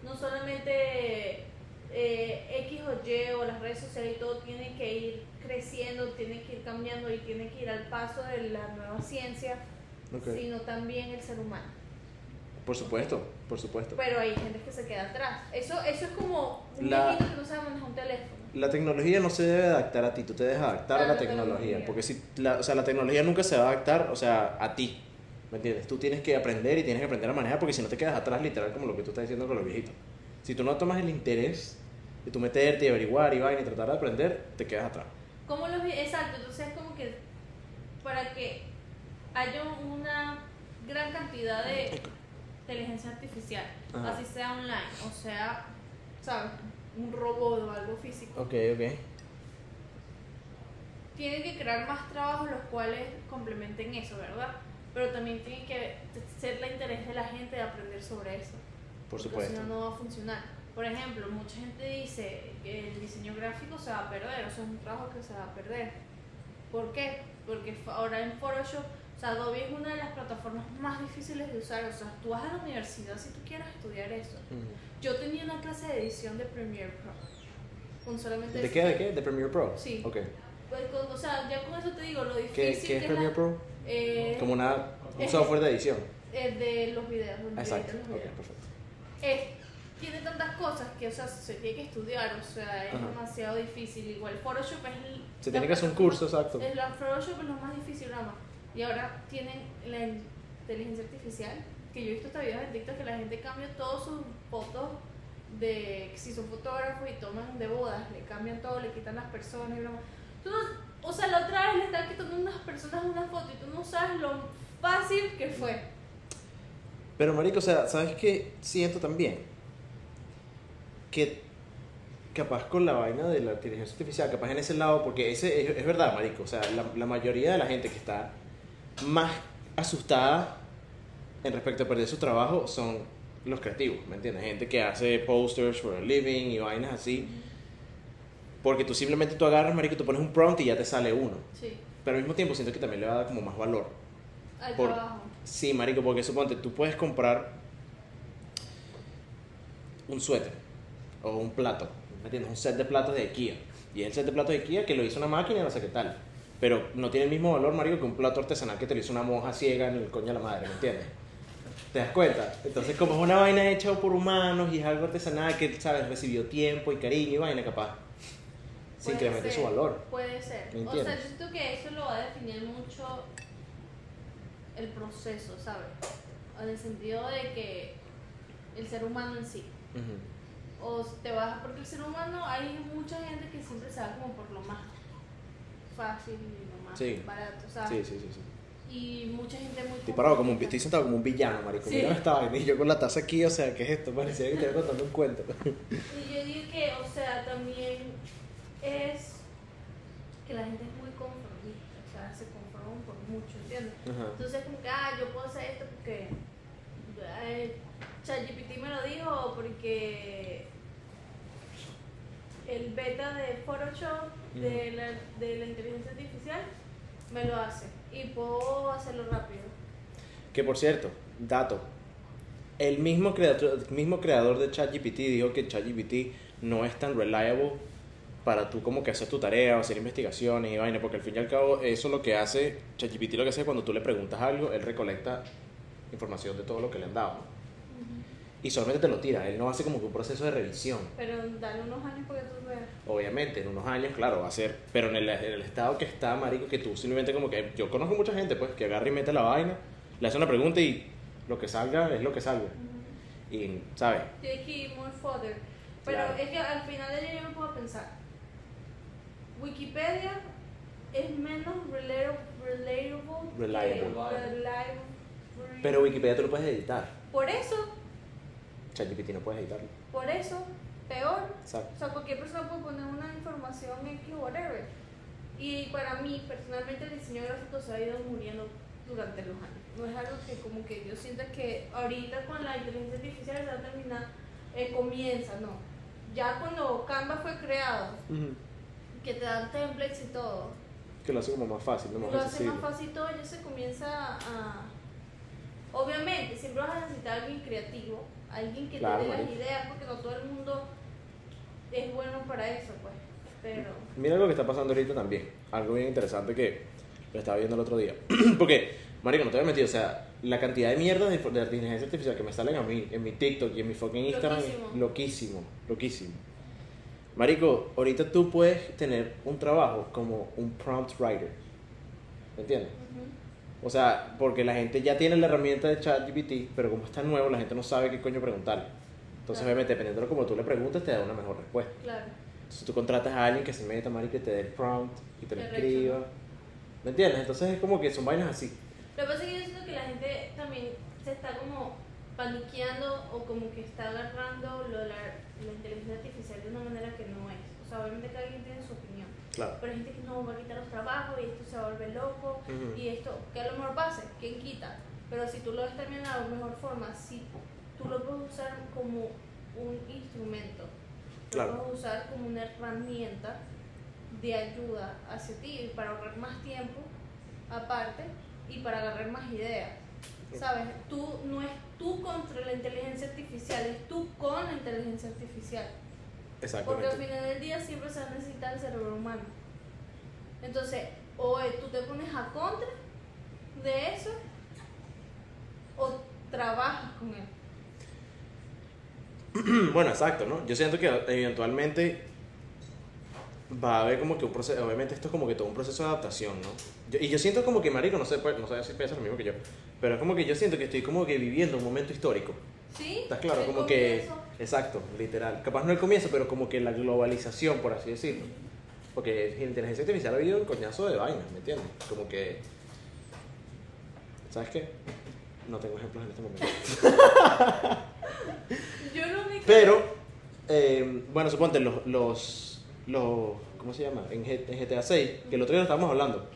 [SPEAKER 2] no solamente eh, X o Y o las redes sociales y todo tiene que ir creciendo, tiene que ir cambiando y tiene que ir al paso de la nueva ciencia,
[SPEAKER 1] Ok.
[SPEAKER 2] sino también el ser humano.
[SPEAKER 1] Por supuesto, por supuesto.
[SPEAKER 2] Pero hay gente que se queda atrás. Eso, eso es como un
[SPEAKER 1] La-
[SPEAKER 2] viejito que no sabe manejar un teléfono.
[SPEAKER 1] La tecnología no se debe adaptar a ti, tú te debes adaptar a
[SPEAKER 2] A
[SPEAKER 1] la
[SPEAKER 2] la
[SPEAKER 1] tecnología,
[SPEAKER 2] tecnología.
[SPEAKER 1] porque si la, o sea, la tecnología nunca se va a adaptar, o sea, a ti, ¿me entiendes? Tú tienes que aprender y tienes que aprender a manejar, porque si no te quedas atrás, literal, como lo que tú estás diciendo con los viejitos. Si tú no tomas el interés de tú meterte y averiguar y vaina y tratar de aprender, te quedas atrás.
[SPEAKER 2] ¿Cómo los vi- Exacto, entonces es como que para que haya una gran cantidad de inteligencia artificial,
[SPEAKER 1] Ajá.
[SPEAKER 2] así sea online, o sea, ¿sabes? Un robot o algo físico.
[SPEAKER 1] Ok, ok.
[SPEAKER 2] Tienen que crear más trabajos los cuales complementen eso, ¿verdad? Pero también tiene que ser la interés de la gente de aprender sobre eso.
[SPEAKER 1] Por
[SPEAKER 2] porque si
[SPEAKER 1] supuesto.
[SPEAKER 2] no, no va a funcionar. Por ejemplo, mucha gente dice que el diseño gráfico se va a perder, o sea, es un trabajo que se va a perder. ¿Por qué? Porque f- ahora en Photoshop, o sea, Adobe es una de las plataformas más difíciles de usar, o sea, tú vas a la universidad si tú quieres estudiar eso.
[SPEAKER 1] Ujú.
[SPEAKER 2] Yo tenía una clase de edición de Premiere Pro, con solamente...
[SPEAKER 1] ¿De qué? ¿De qué? ¿De Premiere Pro?
[SPEAKER 2] Sí.
[SPEAKER 1] Ok.
[SPEAKER 2] Pues, con- o sea, ya con eso te digo lo
[SPEAKER 1] ¿Qué,
[SPEAKER 2] difícil
[SPEAKER 1] qué es
[SPEAKER 2] que
[SPEAKER 1] Premiere
[SPEAKER 2] la-
[SPEAKER 1] Pro?
[SPEAKER 2] eh,
[SPEAKER 1] Como una, un
[SPEAKER 2] eh,
[SPEAKER 1] software de edición.
[SPEAKER 2] eh, de los videos. donde
[SPEAKER 1] Ah, Exacto.
[SPEAKER 2] editas los
[SPEAKER 1] Ok,
[SPEAKER 2] videos.
[SPEAKER 1] perfecto.
[SPEAKER 2] es- Eh, tiene tantas cosas que o sea, se tiene que estudiar, o sea, es
[SPEAKER 1] Ajá.
[SPEAKER 2] demasiado difícil. Igual Photoshop es el-
[SPEAKER 1] Se tiene que hacer un curso, exacto.
[SPEAKER 2] El, la Photoshop es lo más difícil, nada más. Y ahora tienen la inteligencia artificial, que yo he visto hasta videos en TikTok que la gente cambia todas sus fotos de si son fotógrafos y toman de bodas, le cambian todo, le quitan las personas y broma. Tú no- o sea, la otra vez le están quitando unas personas una foto y tú no sabes lo fácil que fue.
[SPEAKER 1] Pero marico, o sea, ¿sabes qué? Siento también que capaz con la vaina de la inteligencia artificial, capaz en ese lado, porque ese es, es verdad, marico, o sea, la, la mayoría de la gente que está más asustada en respecto a perder su trabajo son los creativos, ¿me entiendes? Gente que hace posters for a living y vainas así. Porque tú simplemente tú agarras, marico, tú pones un prompt y ya te sale uno.
[SPEAKER 2] Sí,
[SPEAKER 1] Pero al mismo tiempo siento que también le va a dar como más valor.
[SPEAKER 2] al
[SPEAKER 1] Por-
[SPEAKER 2] trabajo.
[SPEAKER 1] Sí, marico, porque suponte, tú puedes comprar un suéter o un plato, ¿me entiendes? Un set de platos de IKEA. Y es el set de platos de IKEA que lo hizo una máquina, no sé qué tal. Pero no tiene el mismo valor, marico, que un plato artesanal que te lo hizo una monja ciega en el coño de la madre, ¿me entiendes? ¿Te das cuenta? Entonces, como es una vaina hecha por humanos y es algo artesanal que, ¿sabes? Recibió tiempo y cariño y vaina, capaz. Se
[SPEAKER 2] Puede
[SPEAKER 1] incrementa su
[SPEAKER 2] ser,
[SPEAKER 1] valor.
[SPEAKER 2] Puede ser.
[SPEAKER 1] ¿Me
[SPEAKER 2] O sea,
[SPEAKER 1] entiendes?
[SPEAKER 2] yo siento que eso lo va a definir mucho el proceso, ¿sabes? En el sentido de que el ser humano en sí.
[SPEAKER 1] Ujú.
[SPEAKER 2] O te vas, porque el ser humano hay mucha gente que siempre se va como por lo más fácil y lo más
[SPEAKER 1] Sí.
[SPEAKER 2] barato, ¿sabes?
[SPEAKER 1] Sí, sí, sí, sí.
[SPEAKER 2] Y mucha gente muy...
[SPEAKER 1] Estoy parado como un,
[SPEAKER 2] competitiva.
[SPEAKER 1] estoy sentado como un villano, marico.
[SPEAKER 2] Sí.
[SPEAKER 1] Mira esta vaina y yo con la taza aquí, o sea, ¿qué es esto? Parecía que te estaba contando un cuento.
[SPEAKER 2] Y yo digo que, o sea, también es que la gente es muy conformista, o sea, se conforman por mucho, ¿entiendes?
[SPEAKER 1] Ajá.
[SPEAKER 2] Entonces, como que, ah, yo puedo hacer esto porque eh, ChatGPT me lo dijo, o porque el beta de Photoshop de, la, de la inteligencia artificial me lo hace y puedo hacerlo rápido.
[SPEAKER 1] Que por cierto, dato. El mismo creador, el mismo creador de ChatGPT dijo que ChatGPT no es tan reliable para tú como que hacer tu tarea o hacer investigaciones y vaina, porque al fin y al cabo eso lo que hace, ChatGPT lo que hace es cuando tú le preguntas algo, él recolecta información de todo lo que le han dado. ¿no? Y solamente te lo tira, él no hace como que un proceso de revisión.
[SPEAKER 2] Pero dale unos años porque tú veas.
[SPEAKER 1] Obviamente, en unos años, claro, va a ser. Pero en el, en el estado que está, marico, que tú simplemente como que. Yo conozco mucha gente, pues, que agarra y mete la vaina, le hace una pregunta y lo que salga es lo que salga. Y, ¿sabes?
[SPEAKER 2] Yo dije more further. Pero
[SPEAKER 1] Claro.
[SPEAKER 2] es que al final del día yo me puedo pensar. Wikipedia es menos relatable. Relatable. que
[SPEAKER 1] Reliable.
[SPEAKER 2] reliable.
[SPEAKER 1] Pero Wikipedia tú lo puedes editar.
[SPEAKER 2] Por eso,
[SPEAKER 1] ChatGPT no puedes editarlo.
[SPEAKER 2] por eso, peor.
[SPEAKER 1] Exacto.
[SPEAKER 2] O sea, cualquier persona puede poner una información X o whatever. Y para mí, personalmente, el diseño gráfico se ha ido muriendo durante los años. No es algo que como que yo sienta que ahorita con la inteligencia artificial se va a terminar, eh, comienza, no. Ya cuando Canva fue creado, que te dan templates y todo,
[SPEAKER 1] Que lo hace como más fácil, no más
[SPEAKER 2] lo hace
[SPEAKER 1] accesible.
[SPEAKER 2] más fácil todo, ya se comienza a... Obviamente, siempre vas a necesitar alguien creativo, alguien que
[SPEAKER 1] Claro,
[SPEAKER 2] te dé las
[SPEAKER 1] marico.
[SPEAKER 2] ideas, porque no todo el mundo es bueno para eso, pues. Pero...
[SPEAKER 1] Mira lo que está pasando ahorita también. Algo bien interesante que lo estaba viendo el otro día. (clears throat) Porque, marico, no te voy a mentir, o sea, la cantidad de mierdas de, de inteligencia artificial que me salen a mí, en mi TikTok y en mi fucking Instagram, es
[SPEAKER 2] Loquísimo.
[SPEAKER 1] loquísimo, loquísimo. Marico, ahorita tú puedes tener un trabajo como un prompt writer. ¿Me entiendes? O sea, porque la gente ya tiene la herramienta de ChatGPT, pero como está nuevo, la gente no sabe qué coño preguntarle. Entonces,
[SPEAKER 2] Claro.
[SPEAKER 1] obviamente, dependiendo de cómo tú le preguntes, te da una mejor respuesta.
[SPEAKER 2] Claro.
[SPEAKER 1] Si tú contratas a alguien que se meta, marico, y te dé el prompt y te lo
[SPEAKER 2] Correcto.
[SPEAKER 1] escriba. ¿Me entiendes? Entonces es como que son vainas así.
[SPEAKER 2] Lo que pasa es que yo siento que la gente también se está como paniqueando o como que está agarrando lo de la, la inteligencia artificial de una manera que no es. O sea, obviamente cada quien tiene su opinión.
[SPEAKER 1] Claro.
[SPEAKER 2] Pero hay gente que no va a quitar los trabajos y esto se va a volver loco
[SPEAKER 1] Ujú.
[SPEAKER 2] y esto, que a lo mejor pase, ¿quién quita? Pero si tú lo ves también de la mejor forma, si tú lo puedes usar como un instrumento,
[SPEAKER 1] Claro.
[SPEAKER 2] lo puedes usar como una herramienta de ayuda hacia ti para ahorrar más tiempo aparte y para agarrar más ideas. ¿Sabes? Tú no es tú contra la inteligencia artificial, es tú con la inteligencia artificial. Porque al
[SPEAKER 1] Exactamente.
[SPEAKER 2] final del día siempre se va a necesitar el cerebro humano. Entonces, o eh, tú te pones a contra de eso, o trabajas con él.
[SPEAKER 1] (clears throat) bueno, exacto, ¿no? Yo siento que eventualmente va a haber como que un proceso. Obviamente, esto es como que todo un proceso de adaptación, ¿no? Yo- y yo siento como que, marico, no sé, pues, no sé si piensas lo mismo que yo, pero es como que yo siento que estoy como que viviendo un momento histórico.
[SPEAKER 2] ¿Sí?
[SPEAKER 1] ¿Estás claro?
[SPEAKER 2] El
[SPEAKER 1] Como que.
[SPEAKER 2] comienzo.
[SPEAKER 1] Exacto, literal. Capaz no el comienzo, pero como que la globalización, por así decirlo. Porque la inteligencia artificial ha habido un coñazo de vainas, ¿me entiendes? Como que. ¿Sabes qué? No tengo ejemplos en este momento.
[SPEAKER 2] Yo lo único.
[SPEAKER 1] Pero, eh, bueno, suponte los, los, los. ¿Cómo se llama? En, G- en GTA 6, que el otro día lo estábamos hablando.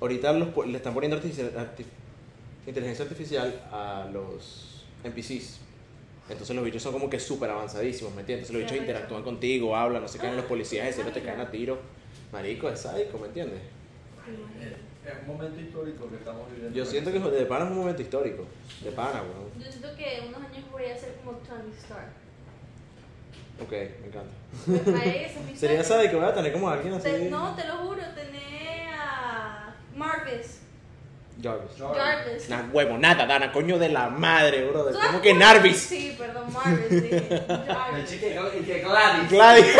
[SPEAKER 1] Ahorita los pu- le están poniendo artificial- arti- inteligencia artificial a los NPCs. Entonces los bichos son como que súper avanzadísimos, ¿me entiendes? Los bichos
[SPEAKER 2] Claro. Ah,
[SPEAKER 1] interactúan contigo, hablan, no se caen los policías, siempre te caen
[SPEAKER 2] Imagina.
[SPEAKER 1] a tiro. Marico, es sádico, ¿me entiendes?
[SPEAKER 3] Eh, Es un momento histórico que estamos viviendo.
[SPEAKER 1] Yo siento que de pana es un momento histórico. De pana, weón.
[SPEAKER 2] Yo siento que en unos años voy a ser como Tony Stark.
[SPEAKER 1] Ok, me encanta.
[SPEAKER 2] Me parece,
[SPEAKER 1] (laughs)
[SPEAKER 2] mi
[SPEAKER 1] Sería
[SPEAKER 2] sueño.
[SPEAKER 1] sádico, ¿verdad? Tener como a alguien así.
[SPEAKER 2] Te- Pues, No, te lo juro, tener a Marvis.
[SPEAKER 1] Jarvis.
[SPEAKER 2] Jarvis.
[SPEAKER 1] Nah, huevo, nada, Dana, coño de la madre, brother. ¿Cómo que Narvis?
[SPEAKER 2] Sí, perdón,
[SPEAKER 1] (laughs)
[SPEAKER 2] Marvis. dije.
[SPEAKER 3] El
[SPEAKER 2] Jarvis.
[SPEAKER 3] chique y que Gladys.
[SPEAKER 1] Gladys.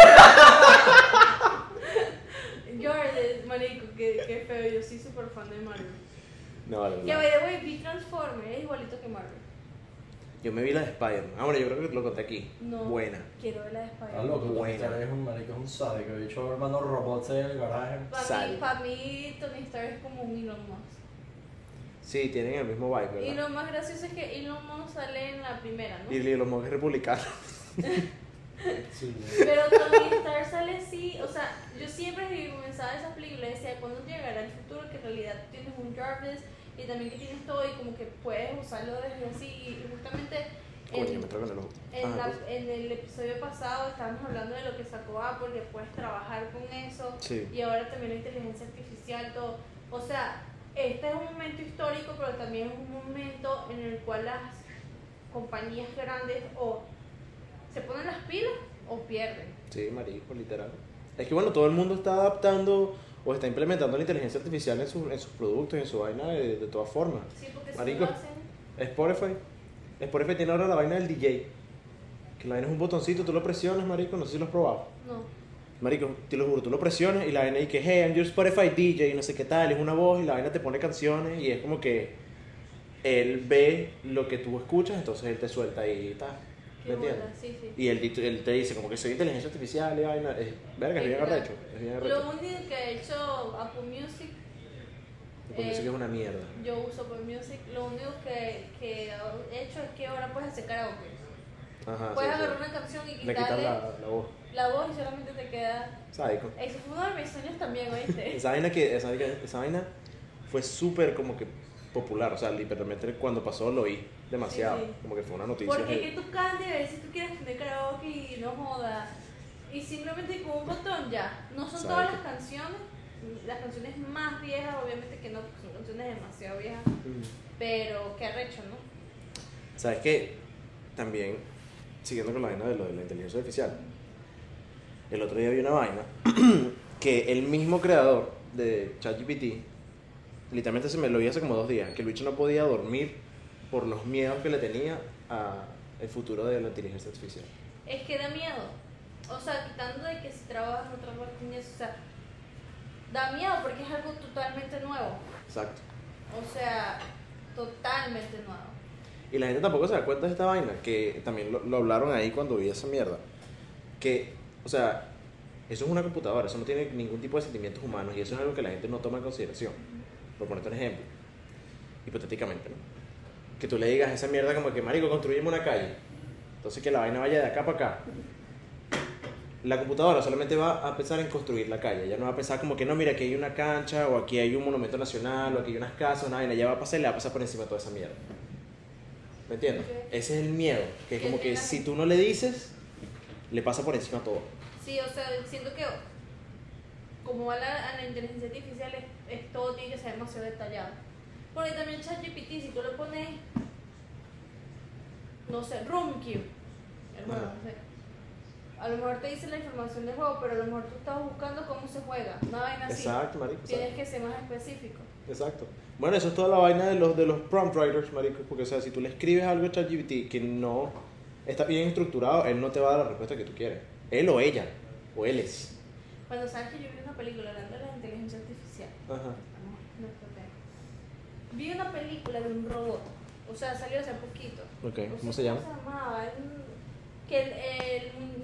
[SPEAKER 2] Jordan, eh, marico, qué, qué feo, yo soy súper fan de Marvel.
[SPEAKER 1] No, vale,
[SPEAKER 2] Que
[SPEAKER 1] no.
[SPEAKER 2] by the way, vi Transformer, es igualito que Marvel.
[SPEAKER 1] Yo me vi la de Spider-Man. Ah, bueno, yo creo que lo conté aquí.
[SPEAKER 2] No.
[SPEAKER 1] Buena.
[SPEAKER 2] Quiero ver la de
[SPEAKER 3] Está
[SPEAKER 2] Spider-Man.
[SPEAKER 3] loco, Tony
[SPEAKER 1] Buena.
[SPEAKER 3] Stark es un marico, es un sádico. De hecho, hermano robots en el garaje.
[SPEAKER 2] Para mí,
[SPEAKER 1] Sale.
[SPEAKER 2] pa' mí, Tony Stark es como un Elon Musk.
[SPEAKER 1] Sí, tienen el mismo vibe, ¿verdad?
[SPEAKER 2] Y lo más gracioso es que Elon Musk sale en la primera, ¿no?
[SPEAKER 1] Y Lilo Monk es republicano.
[SPEAKER 2] (laughs)
[SPEAKER 3] Sí.
[SPEAKER 2] Pero Tony Stark sale sí, o sea, yo siempre viví hasta cuándo llegará el futuro que en realidad tú tienes un Jarvis y también que tienes todo y como que puedes usarlo desde así. Y justamente en,
[SPEAKER 1] Coño, me trago en el ojo.
[SPEAKER 2] en,
[SPEAKER 1] Ah,
[SPEAKER 2] la- en el episodio pasado estábamos hablando de lo que sacó Apple, que puedes trabajar con eso
[SPEAKER 1] Sí.
[SPEAKER 2] y ahora también la inteligencia artificial, todo. O sea, este es un momento histórico, pero también es un momento en el cual las compañías grandes o se ponen las pilas o pierden.
[SPEAKER 1] Sí, marico, literal. Es que bueno, todo el mundo está adaptando o está implementando la inteligencia artificial en, sus- en sus productos, en su vaina, de, de todas formas.
[SPEAKER 2] Sí, porque si
[SPEAKER 1] Marico.
[SPEAKER 2] no lo hacen,
[SPEAKER 1] Spotify. Spotify tiene ahora la vaina del DJ. Que la vaina es un botoncito, tú lo presionas, marico, no sé si lo has probado.
[SPEAKER 2] no.
[SPEAKER 1] Marico, te lo juro, tú lo presionas y la vaina y que, hey, I'm your Spotify DJ, y no sé qué tal, es una voz y la vaina te pone canciones y es como que él ve lo que tú escuchas, entonces él te suelta ahí y tal.
[SPEAKER 2] Qué
[SPEAKER 1] ¿Me entiendes?
[SPEAKER 2] bola, sí, sí.
[SPEAKER 1] Y él, di- él te dice como que soy inteligencia artificial y vaina. Es, verga, es bien arrecho. Es bien arrecho.
[SPEAKER 2] Lo único que ha hecho Apple Music,
[SPEAKER 1] Porque
[SPEAKER 2] eh,
[SPEAKER 1] eso que es una mierda.
[SPEAKER 2] yo uso Apple Music, lo único que, que he hecho es que ahora puedes hacer karaoke.
[SPEAKER 1] Ajá.
[SPEAKER 2] puedes
[SPEAKER 1] Ah, sí, sí.
[SPEAKER 2] agarrar una canción y
[SPEAKER 1] Le quitan
[SPEAKER 2] quitarle la...
[SPEAKER 1] la, la voz.
[SPEAKER 2] voz y solamente te queda...
[SPEAKER 1] Sádico.
[SPEAKER 2] Eso fue uno de mis sueños
[SPEAKER 1] (laughs)
[SPEAKER 2] también, ¿oíste?
[SPEAKER 1] Esa vaina, que, esa, vaina- esa vaina fue súper como que popular. O sea, literalmente cuando pasó lo oí demasiado.
[SPEAKER 2] Sí, sí.
[SPEAKER 1] Como que fue una noticia.
[SPEAKER 2] Porque
[SPEAKER 1] heavy.
[SPEAKER 2] es que tú cantes, a veces tú quieres poner karaoke y no jodas. Y simplemente con un botón ya. No son
[SPEAKER 1] Exacto.
[SPEAKER 2] todas las canciones, las canciones más viejas, obviamente que no, porque son canciones demasiado viejas.
[SPEAKER 1] Mm.
[SPEAKER 2] Pero qué arrecho, ¿no?
[SPEAKER 1] ¿Sabes qué? También, siguiendo con la vaina de lo de la inteligencia artificial, el otro día vi una vaina (clears throat) que el mismo creador de ChatGPT, literalmente se me lo vi hace como dos días, que Luis no podía dormir por los miedos que le tenía a el futuro de la inteligencia artificial.
[SPEAKER 2] Es que da miedo. O sea, quitando de que si trabajas no trabajas en eso, o sea, da miedo porque es algo totalmente nuevo.
[SPEAKER 1] Exacto.
[SPEAKER 2] O sea, totalmente nuevo.
[SPEAKER 1] Y la gente tampoco se da cuenta de esta vaina, que también lo, lo hablaron ahí cuando vi esa mierda. Que, o sea, eso es una computadora, eso no tiene ningún tipo de sentimientos humanos y eso es algo que la gente no toma en consideración. Por ponerte un ejemplo, hipotéticamente, ¿no? Que tú le digas a esa mierda como que, marico, construyeme una calle. Entonces que la vaina vaya de acá para acá. La computadora solamente va a pensar en construir la calle. Ya no va a pensar como que no, mira, aquí hay una cancha, o aquí hay un monumento nacional, o aquí hay unas casas, una vaina. Ya va a pasar y le va a pasar por encima de toda esa mierda. ¿Me entiendes?
[SPEAKER 2] Ok.
[SPEAKER 1] Ese es el miedo. Que es
[SPEAKER 2] Que
[SPEAKER 1] como que
[SPEAKER 2] tenga-
[SPEAKER 1] si tú no le dices, le pasa por encima todo.
[SPEAKER 2] Sí, o sea, siento que como va la, a la inteligencia artificial, es, es todo tiene que ser demasiado detallado. Porque también ChatGPT, si tú le pones, no sé, RoomQ, el juego,
[SPEAKER 1] Ajá.
[SPEAKER 2] no sé. A lo mejor te dice la información del juego, pero a lo mejor tú estás buscando cómo se juega. Una vaina así.
[SPEAKER 1] Exacto, marico.
[SPEAKER 2] Tienes
[SPEAKER 1] Exacto.
[SPEAKER 2] que ser más específico.
[SPEAKER 1] Exacto. Bueno, eso es toda la vaina de los, de los prompt writers, marico. Porque, o sea, si tú le escribes algo a ChatGPT que no está bien estructurado, él no te va a dar la respuesta que tú quieres. Él o ella, o él es.
[SPEAKER 2] Cuando sabes que yo vi una película hablando de la inteligencia artificial,
[SPEAKER 1] Ajá.
[SPEAKER 2] vamos, no creo que- vi una película de un robot, o sea, salió hace poquito.
[SPEAKER 1] Ok,
[SPEAKER 2] No sé
[SPEAKER 1] ¿cómo se llama?
[SPEAKER 2] ¿Cómo se llamaba? Era un- Que el-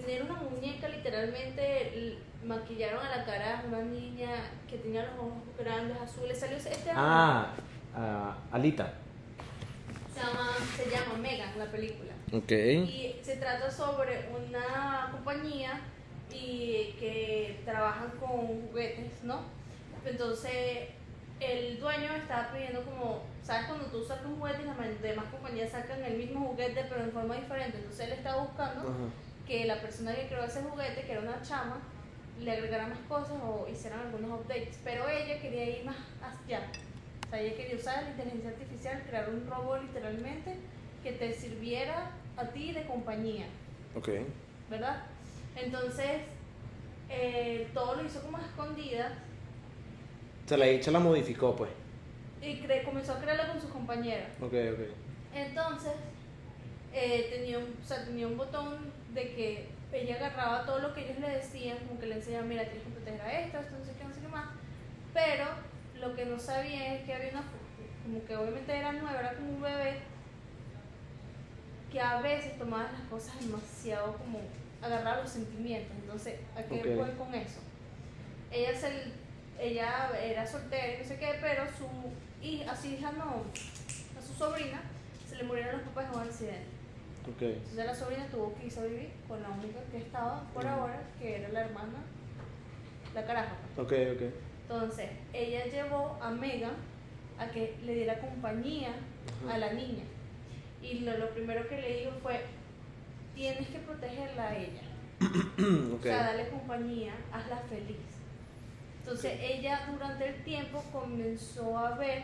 [SPEAKER 2] el- era una muñeca, literalmente l- maquillaron a la cara a una niña que tenía los ojos grandes, azules. Salió ese- este año.
[SPEAKER 1] Ah, ah, Alita.
[SPEAKER 2] Se llama, se llama Megan, la película.
[SPEAKER 1] Ok.
[SPEAKER 2] Y se trata sobre una compañía y que trabajan con juguetes, ¿no? Entonces, el dueño estaba pidiendo como, ¿sabes? Cuando tú sacas un juguete, las man- demás compañías sacan el mismo juguete, pero en forma diferente. Entonces, él estaba buscando
[SPEAKER 1] Ajá.
[SPEAKER 2] que la persona que creó ese juguete, que era una chama, le agregara más cosas o hicieran algunos updates. Pero ella quería ir más allá. O sea, ella quería usar la inteligencia artificial, crear un robot literalmente que te sirviera a ti de compañía.
[SPEAKER 1] Ok.
[SPEAKER 2] ¿verdad? Entonces, eh, todo lo hizo como a escondidas
[SPEAKER 1] Se la hecha la modificó, pues.
[SPEAKER 2] y cre- comenzó a crearlo con sus compañeras.
[SPEAKER 1] Ok, ok.
[SPEAKER 2] Entonces, eh, tenía, un, o sea, tenía un botón de que ella agarraba todo lo que ellos le decían, como que le enseñaban, mira, tienes que proteger a esto, esto, no sé qué, no sé qué más. Pero lo que no sabía es que había una, como que obviamente era nueva, era como un bebé, que a veces tomaba las cosas demasiado como agarrar los sentimientos. Entonces, ¿a qué
[SPEAKER 1] Ok.
[SPEAKER 2] voy con eso? Ella, se, ella era soltera y no sé qué, pero su hija, a su hija no, a su sobrina se le murieron los papás en un accidente.
[SPEAKER 1] Ok.
[SPEAKER 2] Entonces la sobrina tuvo que irse a vivir con la única que estaba por
[SPEAKER 1] Ujú.
[SPEAKER 2] ahora, que era la hermana, la caraja.
[SPEAKER 1] Ok, ok.
[SPEAKER 2] Entonces, ella llevó a Megan a que le diera compañía
[SPEAKER 1] Ajá.
[SPEAKER 2] a la niña. Y lo, lo primero que le dijo fue, tienes que protegerla a ella.
[SPEAKER 1] Ok.
[SPEAKER 2] O sea, dale compañía, hazla feliz. Entonces ella durante el tiempo comenzó a ver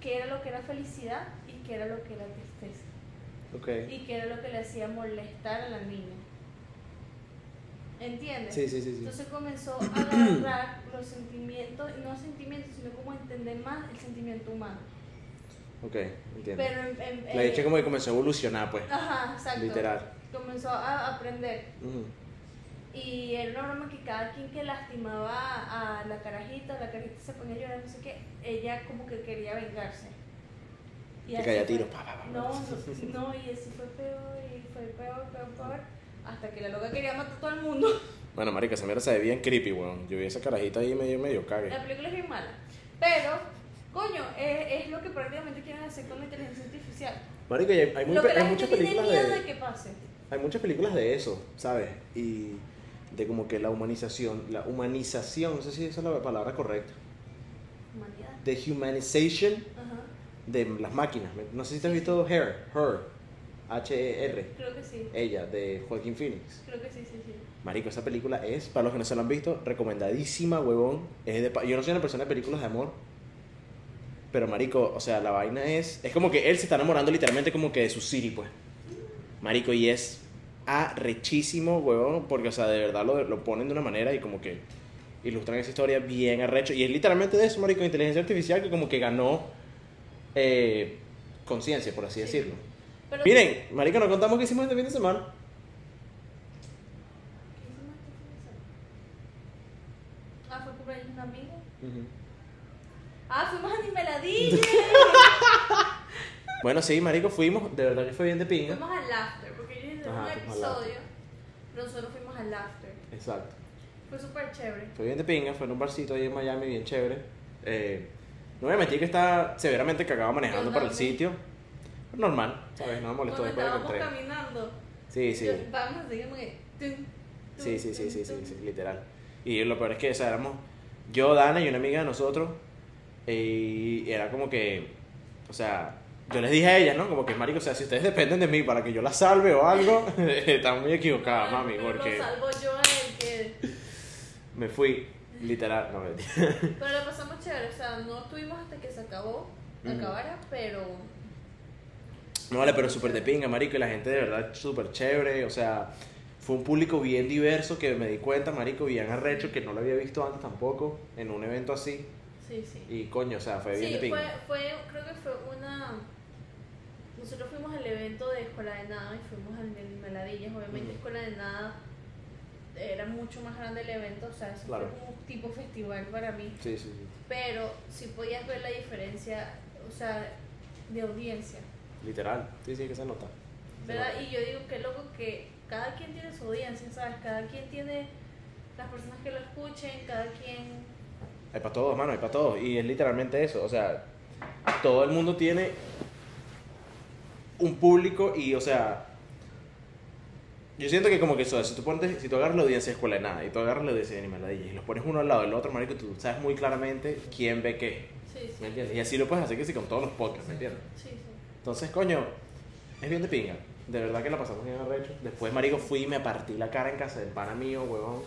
[SPEAKER 2] qué era lo que era felicidad y qué era lo que era tristeza.
[SPEAKER 1] ok.
[SPEAKER 2] Y qué era lo que le hacía molestar a la niña. ¿Entiendes?
[SPEAKER 1] Sí, sí, sí, sí.
[SPEAKER 2] Entonces comenzó
[SPEAKER 1] (clears throat)
[SPEAKER 2] a agarrar los sentimientos, no sentimientos, sino como entender más el sentimiento humano.
[SPEAKER 1] Ok, entiendo.
[SPEAKER 2] Pero en, en-
[SPEAKER 1] la
[SPEAKER 2] eh,
[SPEAKER 1] dicha como que comenzó a evolucionar, pues.
[SPEAKER 2] Ajá, exacto.
[SPEAKER 1] Literal.
[SPEAKER 2] Comenzó a aprender.
[SPEAKER 1] Ujú.
[SPEAKER 2] Y era una broma que cada quien que lastimaba a a la carajita, la carajita se ponía a llorar, no sé qué, ella como que quería vengarse.
[SPEAKER 1] Te
[SPEAKER 2] así
[SPEAKER 1] caía a
[SPEAKER 2] fue.
[SPEAKER 1] tiro, pa, pa, pa, pa.
[SPEAKER 2] No, no, no, y así fue peor, y fue peor, peor, peor, hasta que la loca quería matar a todo el mundo.
[SPEAKER 1] Bueno, marica, esa mierda se ve bien creepy, weón. Yo vi esa carajita ahí medio, medio cague.
[SPEAKER 2] La película es bien mala. Pero, coño, es, es lo que prácticamente quieren hacer con la inteligencia artificial.
[SPEAKER 1] Marica, y hay, hay muy
[SPEAKER 2] lo
[SPEAKER 1] pe-
[SPEAKER 2] que la
[SPEAKER 1] hay
[SPEAKER 2] gente
[SPEAKER 1] muchas
[SPEAKER 2] tiene
[SPEAKER 1] películas
[SPEAKER 2] miedo de...
[SPEAKER 1] de...
[SPEAKER 2] que pase.
[SPEAKER 1] Hay muchas películas de eso, ¿sabes? Y de como que la humanización, la humanización, no sé si esa es la palabra correcta,
[SPEAKER 2] Humanidad.
[SPEAKER 1] de humanization
[SPEAKER 2] Ajá,
[SPEAKER 1] de las máquinas. No sé si te has visto Her, Her, H-E-R,
[SPEAKER 2] creo que sí.
[SPEAKER 1] ella, de Joaquín Phoenix.
[SPEAKER 2] Creo que sí, sí, sí.
[SPEAKER 1] Marico, esa película es, para los que no se la han visto, recomendadísima, huevón. Es de pa- yo no soy una persona de películas de amor. Pero marico, o sea, la vaina es... Es como que él se está enamorando literalmente como que de su Siri, pues. Marico, y es arrechísimo, huevón. Porque, o sea, de verdad lo, lo ponen de una manera y como que ilustran esa historia bien arrecho. Y es literalmente de eso, marico, inteligencia artificial que como que ganó eh, conciencia, por así
[SPEAKER 2] Sí.
[SPEAKER 1] decirlo.
[SPEAKER 2] Pero
[SPEAKER 1] Miren, marico, nos contamos que hicimos este fin de semana.
[SPEAKER 2] ¿Qué hizo más que tú sabes? Ah, fue cumpleaños de un amigo. Ah, fuimos a Nimeladilla.
[SPEAKER 1] (laughs) Bueno, sí, marico, fuimos, de verdad que fue bien de pinga.
[SPEAKER 2] fuimos al After, porque ellos hicieron
[SPEAKER 1] Ajá,
[SPEAKER 2] un
[SPEAKER 1] fuimos al
[SPEAKER 2] episodio. Pero nosotros fuimos al After.
[SPEAKER 1] Exacto.
[SPEAKER 2] Fue súper chévere.
[SPEAKER 1] Fue bien de pinga, fue en un barcito ahí en Miami, bien chévere. Eh, no voy a mentir que estaba severamente cagado manejando
[SPEAKER 2] Yo
[SPEAKER 1] para el
[SPEAKER 2] también.
[SPEAKER 1] sitio. Normal, ¿sabes? No me molestó
[SPEAKER 2] Cuando
[SPEAKER 1] después de que
[SPEAKER 2] estábamos
[SPEAKER 1] entré.
[SPEAKER 2] caminando,
[SPEAKER 1] Sí, sí.
[SPEAKER 2] yo- vamos así como que. tun, tun,
[SPEAKER 1] Sí, sí, sí,
[SPEAKER 2] tun,
[SPEAKER 1] sí, sí,
[SPEAKER 2] tun.
[SPEAKER 1] sí, literal. Y lo peor es que, o sea, éramos yo, Dana y una amiga de nosotros. eh, Y era como que, o sea, yo les dije a ellas, ¿no? Como que, marico, o sea, si ustedes dependen de mí para que yo las salve o algo, (laughs) están muy equivocadas,
[SPEAKER 2] Bueno,
[SPEAKER 1] mami,
[SPEAKER 2] pero
[SPEAKER 1] porque
[SPEAKER 2] Lo salvo yo a él,
[SPEAKER 1] (laughs)
[SPEAKER 2] que.
[SPEAKER 1] me fui, literal, no, mentira.
[SPEAKER 2] Pero la pasamos chévere, o sea, no estuvimos hasta que se acabó,
[SPEAKER 1] Ujú.
[SPEAKER 2] acabara, pero.
[SPEAKER 1] No vale, pero súper de pinga, marico, y la gente de verdad súper chévere, o sea, fue un público bien diverso que me di cuenta, marico, bien arrecho, que no lo había visto antes tampoco, en un evento así,
[SPEAKER 2] Sí, sí.
[SPEAKER 1] y coño, o sea, fue bien
[SPEAKER 2] Sí,
[SPEAKER 1] de
[SPEAKER 2] fue,
[SPEAKER 1] pinga.
[SPEAKER 2] fue, creo que fue una. Nosotros fuimos al evento de Escuela de Nada y fuimos al de Meladillas. Obviamente,
[SPEAKER 1] Ujú.
[SPEAKER 2] Escuela de Nada era mucho más grande el evento, o sea, eso
[SPEAKER 1] Claro.
[SPEAKER 2] fue como un tipo festival para mí.
[SPEAKER 1] Sí, sí, sí.
[SPEAKER 2] Pero sí podías ver la diferencia, o sea, de audiencia,
[SPEAKER 1] Literal, sí, sí, que se nota. Se
[SPEAKER 2] ¿verdad?
[SPEAKER 1] nota.
[SPEAKER 2] Y yo digo que loco que cada quien tiene su audiencia, ¿sabes? Cada quien tiene las personas que lo escuchen, cada quien.
[SPEAKER 1] Hay para todos, mano, hay para todos. Y es literalmente eso, o sea, todo el mundo tiene un público y, o sea, yo siento que como que eso, si tú, pones, si tú agarras la audiencia de escuela de nada y tú agarras la audiencia de animaladilla y los pones uno al lado del otro, marico, tú sabes muy claramente quién ve qué,
[SPEAKER 2] Sí, sí.
[SPEAKER 1] ¿me entiendes? Y así lo puedes hacer que sí con todos los podcasts, ¿me entiendes?
[SPEAKER 2] Sí, sí.
[SPEAKER 1] Entonces, coño, es bien de pinga. De verdad que la pasamos bien arrecho. Después, marico, fui y me partí la cara en casa del pana mío, huevón.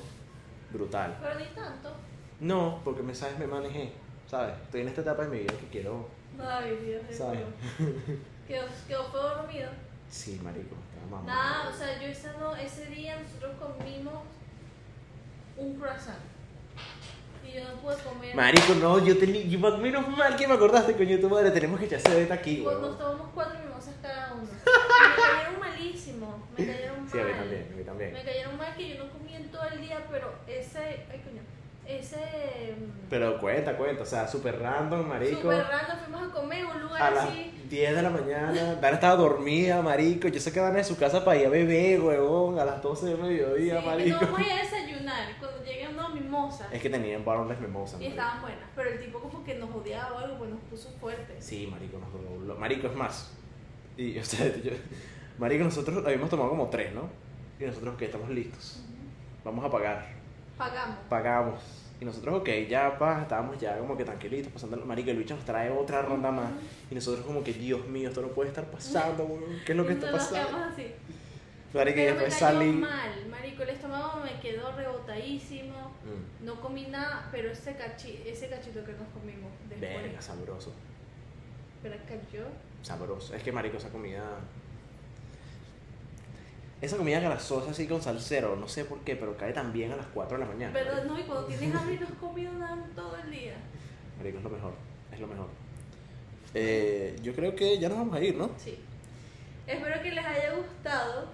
[SPEAKER 1] Brutal.
[SPEAKER 2] Pero ni tanto.
[SPEAKER 1] No, porque me sabes, me manejé, ¿sabes? Estoy en esta etapa de mi vida que quiero.
[SPEAKER 2] Ay, Dios mío.
[SPEAKER 1] ¿Sabes?
[SPEAKER 2] (laughs) Quedó, quedó feo dormido.
[SPEAKER 1] Sí, marico, estaba mamado.
[SPEAKER 2] Nada, o sea, yo esa no- ese día nosotros comimos un croissant. Y yo no pude comer.
[SPEAKER 1] Marico, no, yo tenía. yo- Menos mal que me acordaste, coño, tu madre. Tenemos que echarse de esta aquí,
[SPEAKER 2] Pues nos
[SPEAKER 1] weón.
[SPEAKER 2] tomamos cuatro mimosas
[SPEAKER 1] (laughs)
[SPEAKER 2] cada uno. Me cayeron malísimo. Me cayeron mal.
[SPEAKER 1] Sí, a mí también, a mí también.
[SPEAKER 2] Me cayeron mal que yo no comí en todo el día, pero ese. Ay, coño. Ese. mm,
[SPEAKER 1] Pero cuenta, cuenta, o sea, súper random, marico.
[SPEAKER 2] Super random, fuimos a comer en un lugar
[SPEAKER 1] A las
[SPEAKER 2] así.
[SPEAKER 1] 10 de la mañana, Dana estaba dormida, marico. Yo sé que Dana de su casa para ir a beber, huevón, a las 12 del
[SPEAKER 2] Sí,
[SPEAKER 1] mediodía,
[SPEAKER 2] que
[SPEAKER 1] marico.
[SPEAKER 2] no voy a desayunar. Cuando lleguen unas mimosas.
[SPEAKER 1] Es que tenían varones mimosas,
[SPEAKER 2] Y
[SPEAKER 1] marico.
[SPEAKER 2] estaban buenas, pero el tipo como que nos odiaba o algo, pues nos puso fuertes.
[SPEAKER 1] Sí, marico, nos dobló. Marico, es más. Y, (laughs) o sea, yo- marico, nosotros habíamos tomado como tres, ¿no? Y nosotros, que Estamos listos. Vamos a pagar.
[SPEAKER 2] Pagamos.
[SPEAKER 1] Pagamos. Y nosotros, ok, ya, pa, estábamos ya como que tranquilitos, pasando marico, el bicho nos trae otra ronda más. Y nosotros como que, Dios mío, esto no puede estar pasando, weón. ¿Qué es lo que está
[SPEAKER 2] Entonces nos
[SPEAKER 1] pasando?
[SPEAKER 2] quedamos así.
[SPEAKER 1] Marico, y
[SPEAKER 2] Pero me
[SPEAKER 1] después
[SPEAKER 2] cayó
[SPEAKER 1] salí...
[SPEAKER 2] mal, marico, el estómago me quedó rebotadísimo.
[SPEAKER 1] Mm,
[SPEAKER 2] No comí nada, pero ese, cachi, ese cachito que nos comimos después.
[SPEAKER 1] Verga, sabroso.
[SPEAKER 2] Pero cayó.
[SPEAKER 1] Sabroso. Es que, marico, esa comida... Esa comida grasosa así con salsero, no sé por qué, pero cae tan bien a las 4 de la mañana.
[SPEAKER 2] Pero
[SPEAKER 1] marico.
[SPEAKER 2] no, y cuando
[SPEAKER 1] (laughs)
[SPEAKER 2] tienes hambre y no has comido nada en todo el día.
[SPEAKER 1] Marico, es lo mejor, es lo mejor. Eh, yo creo que ya nos vamos a ir, ¿no?
[SPEAKER 2] Sí. Espero que les haya gustado.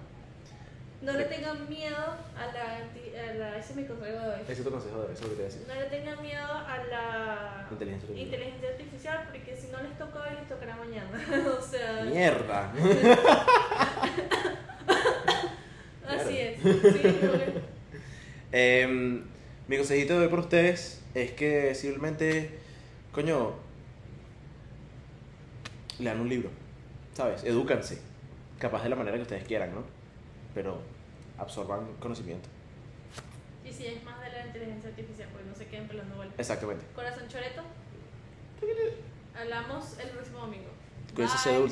[SPEAKER 2] No le tengan miedo a la. anti- A la ese es mi consejo de hoy.
[SPEAKER 1] Ese es tu consejo de eso que te voy a decir.
[SPEAKER 2] No le tengan miedo a la
[SPEAKER 1] Inteligencia artificial.
[SPEAKER 2] inteligencia artificial porque si no les toca hoy, les tocará mañana. (laughs) o sea,
[SPEAKER 1] ¡Mierda! (laughs)
[SPEAKER 2] así es. Sí, porque-
[SPEAKER 1] Em, mi consejito de hoy para ustedes es que simplemente, coño, lean un libro, ¿sabes? Edúcanse, capaz de la manera que ustedes quieran, ¿no? Pero absorban conocimiento.
[SPEAKER 2] y si es más de la inteligencia artificial, pues no se queden pelando bolas.
[SPEAKER 1] Exactamente.
[SPEAKER 2] Corazón Choreto. Hablamos el próximo domingo.
[SPEAKER 1] Cuídense
[SPEAKER 2] Bye.
[SPEAKER 1] dulces.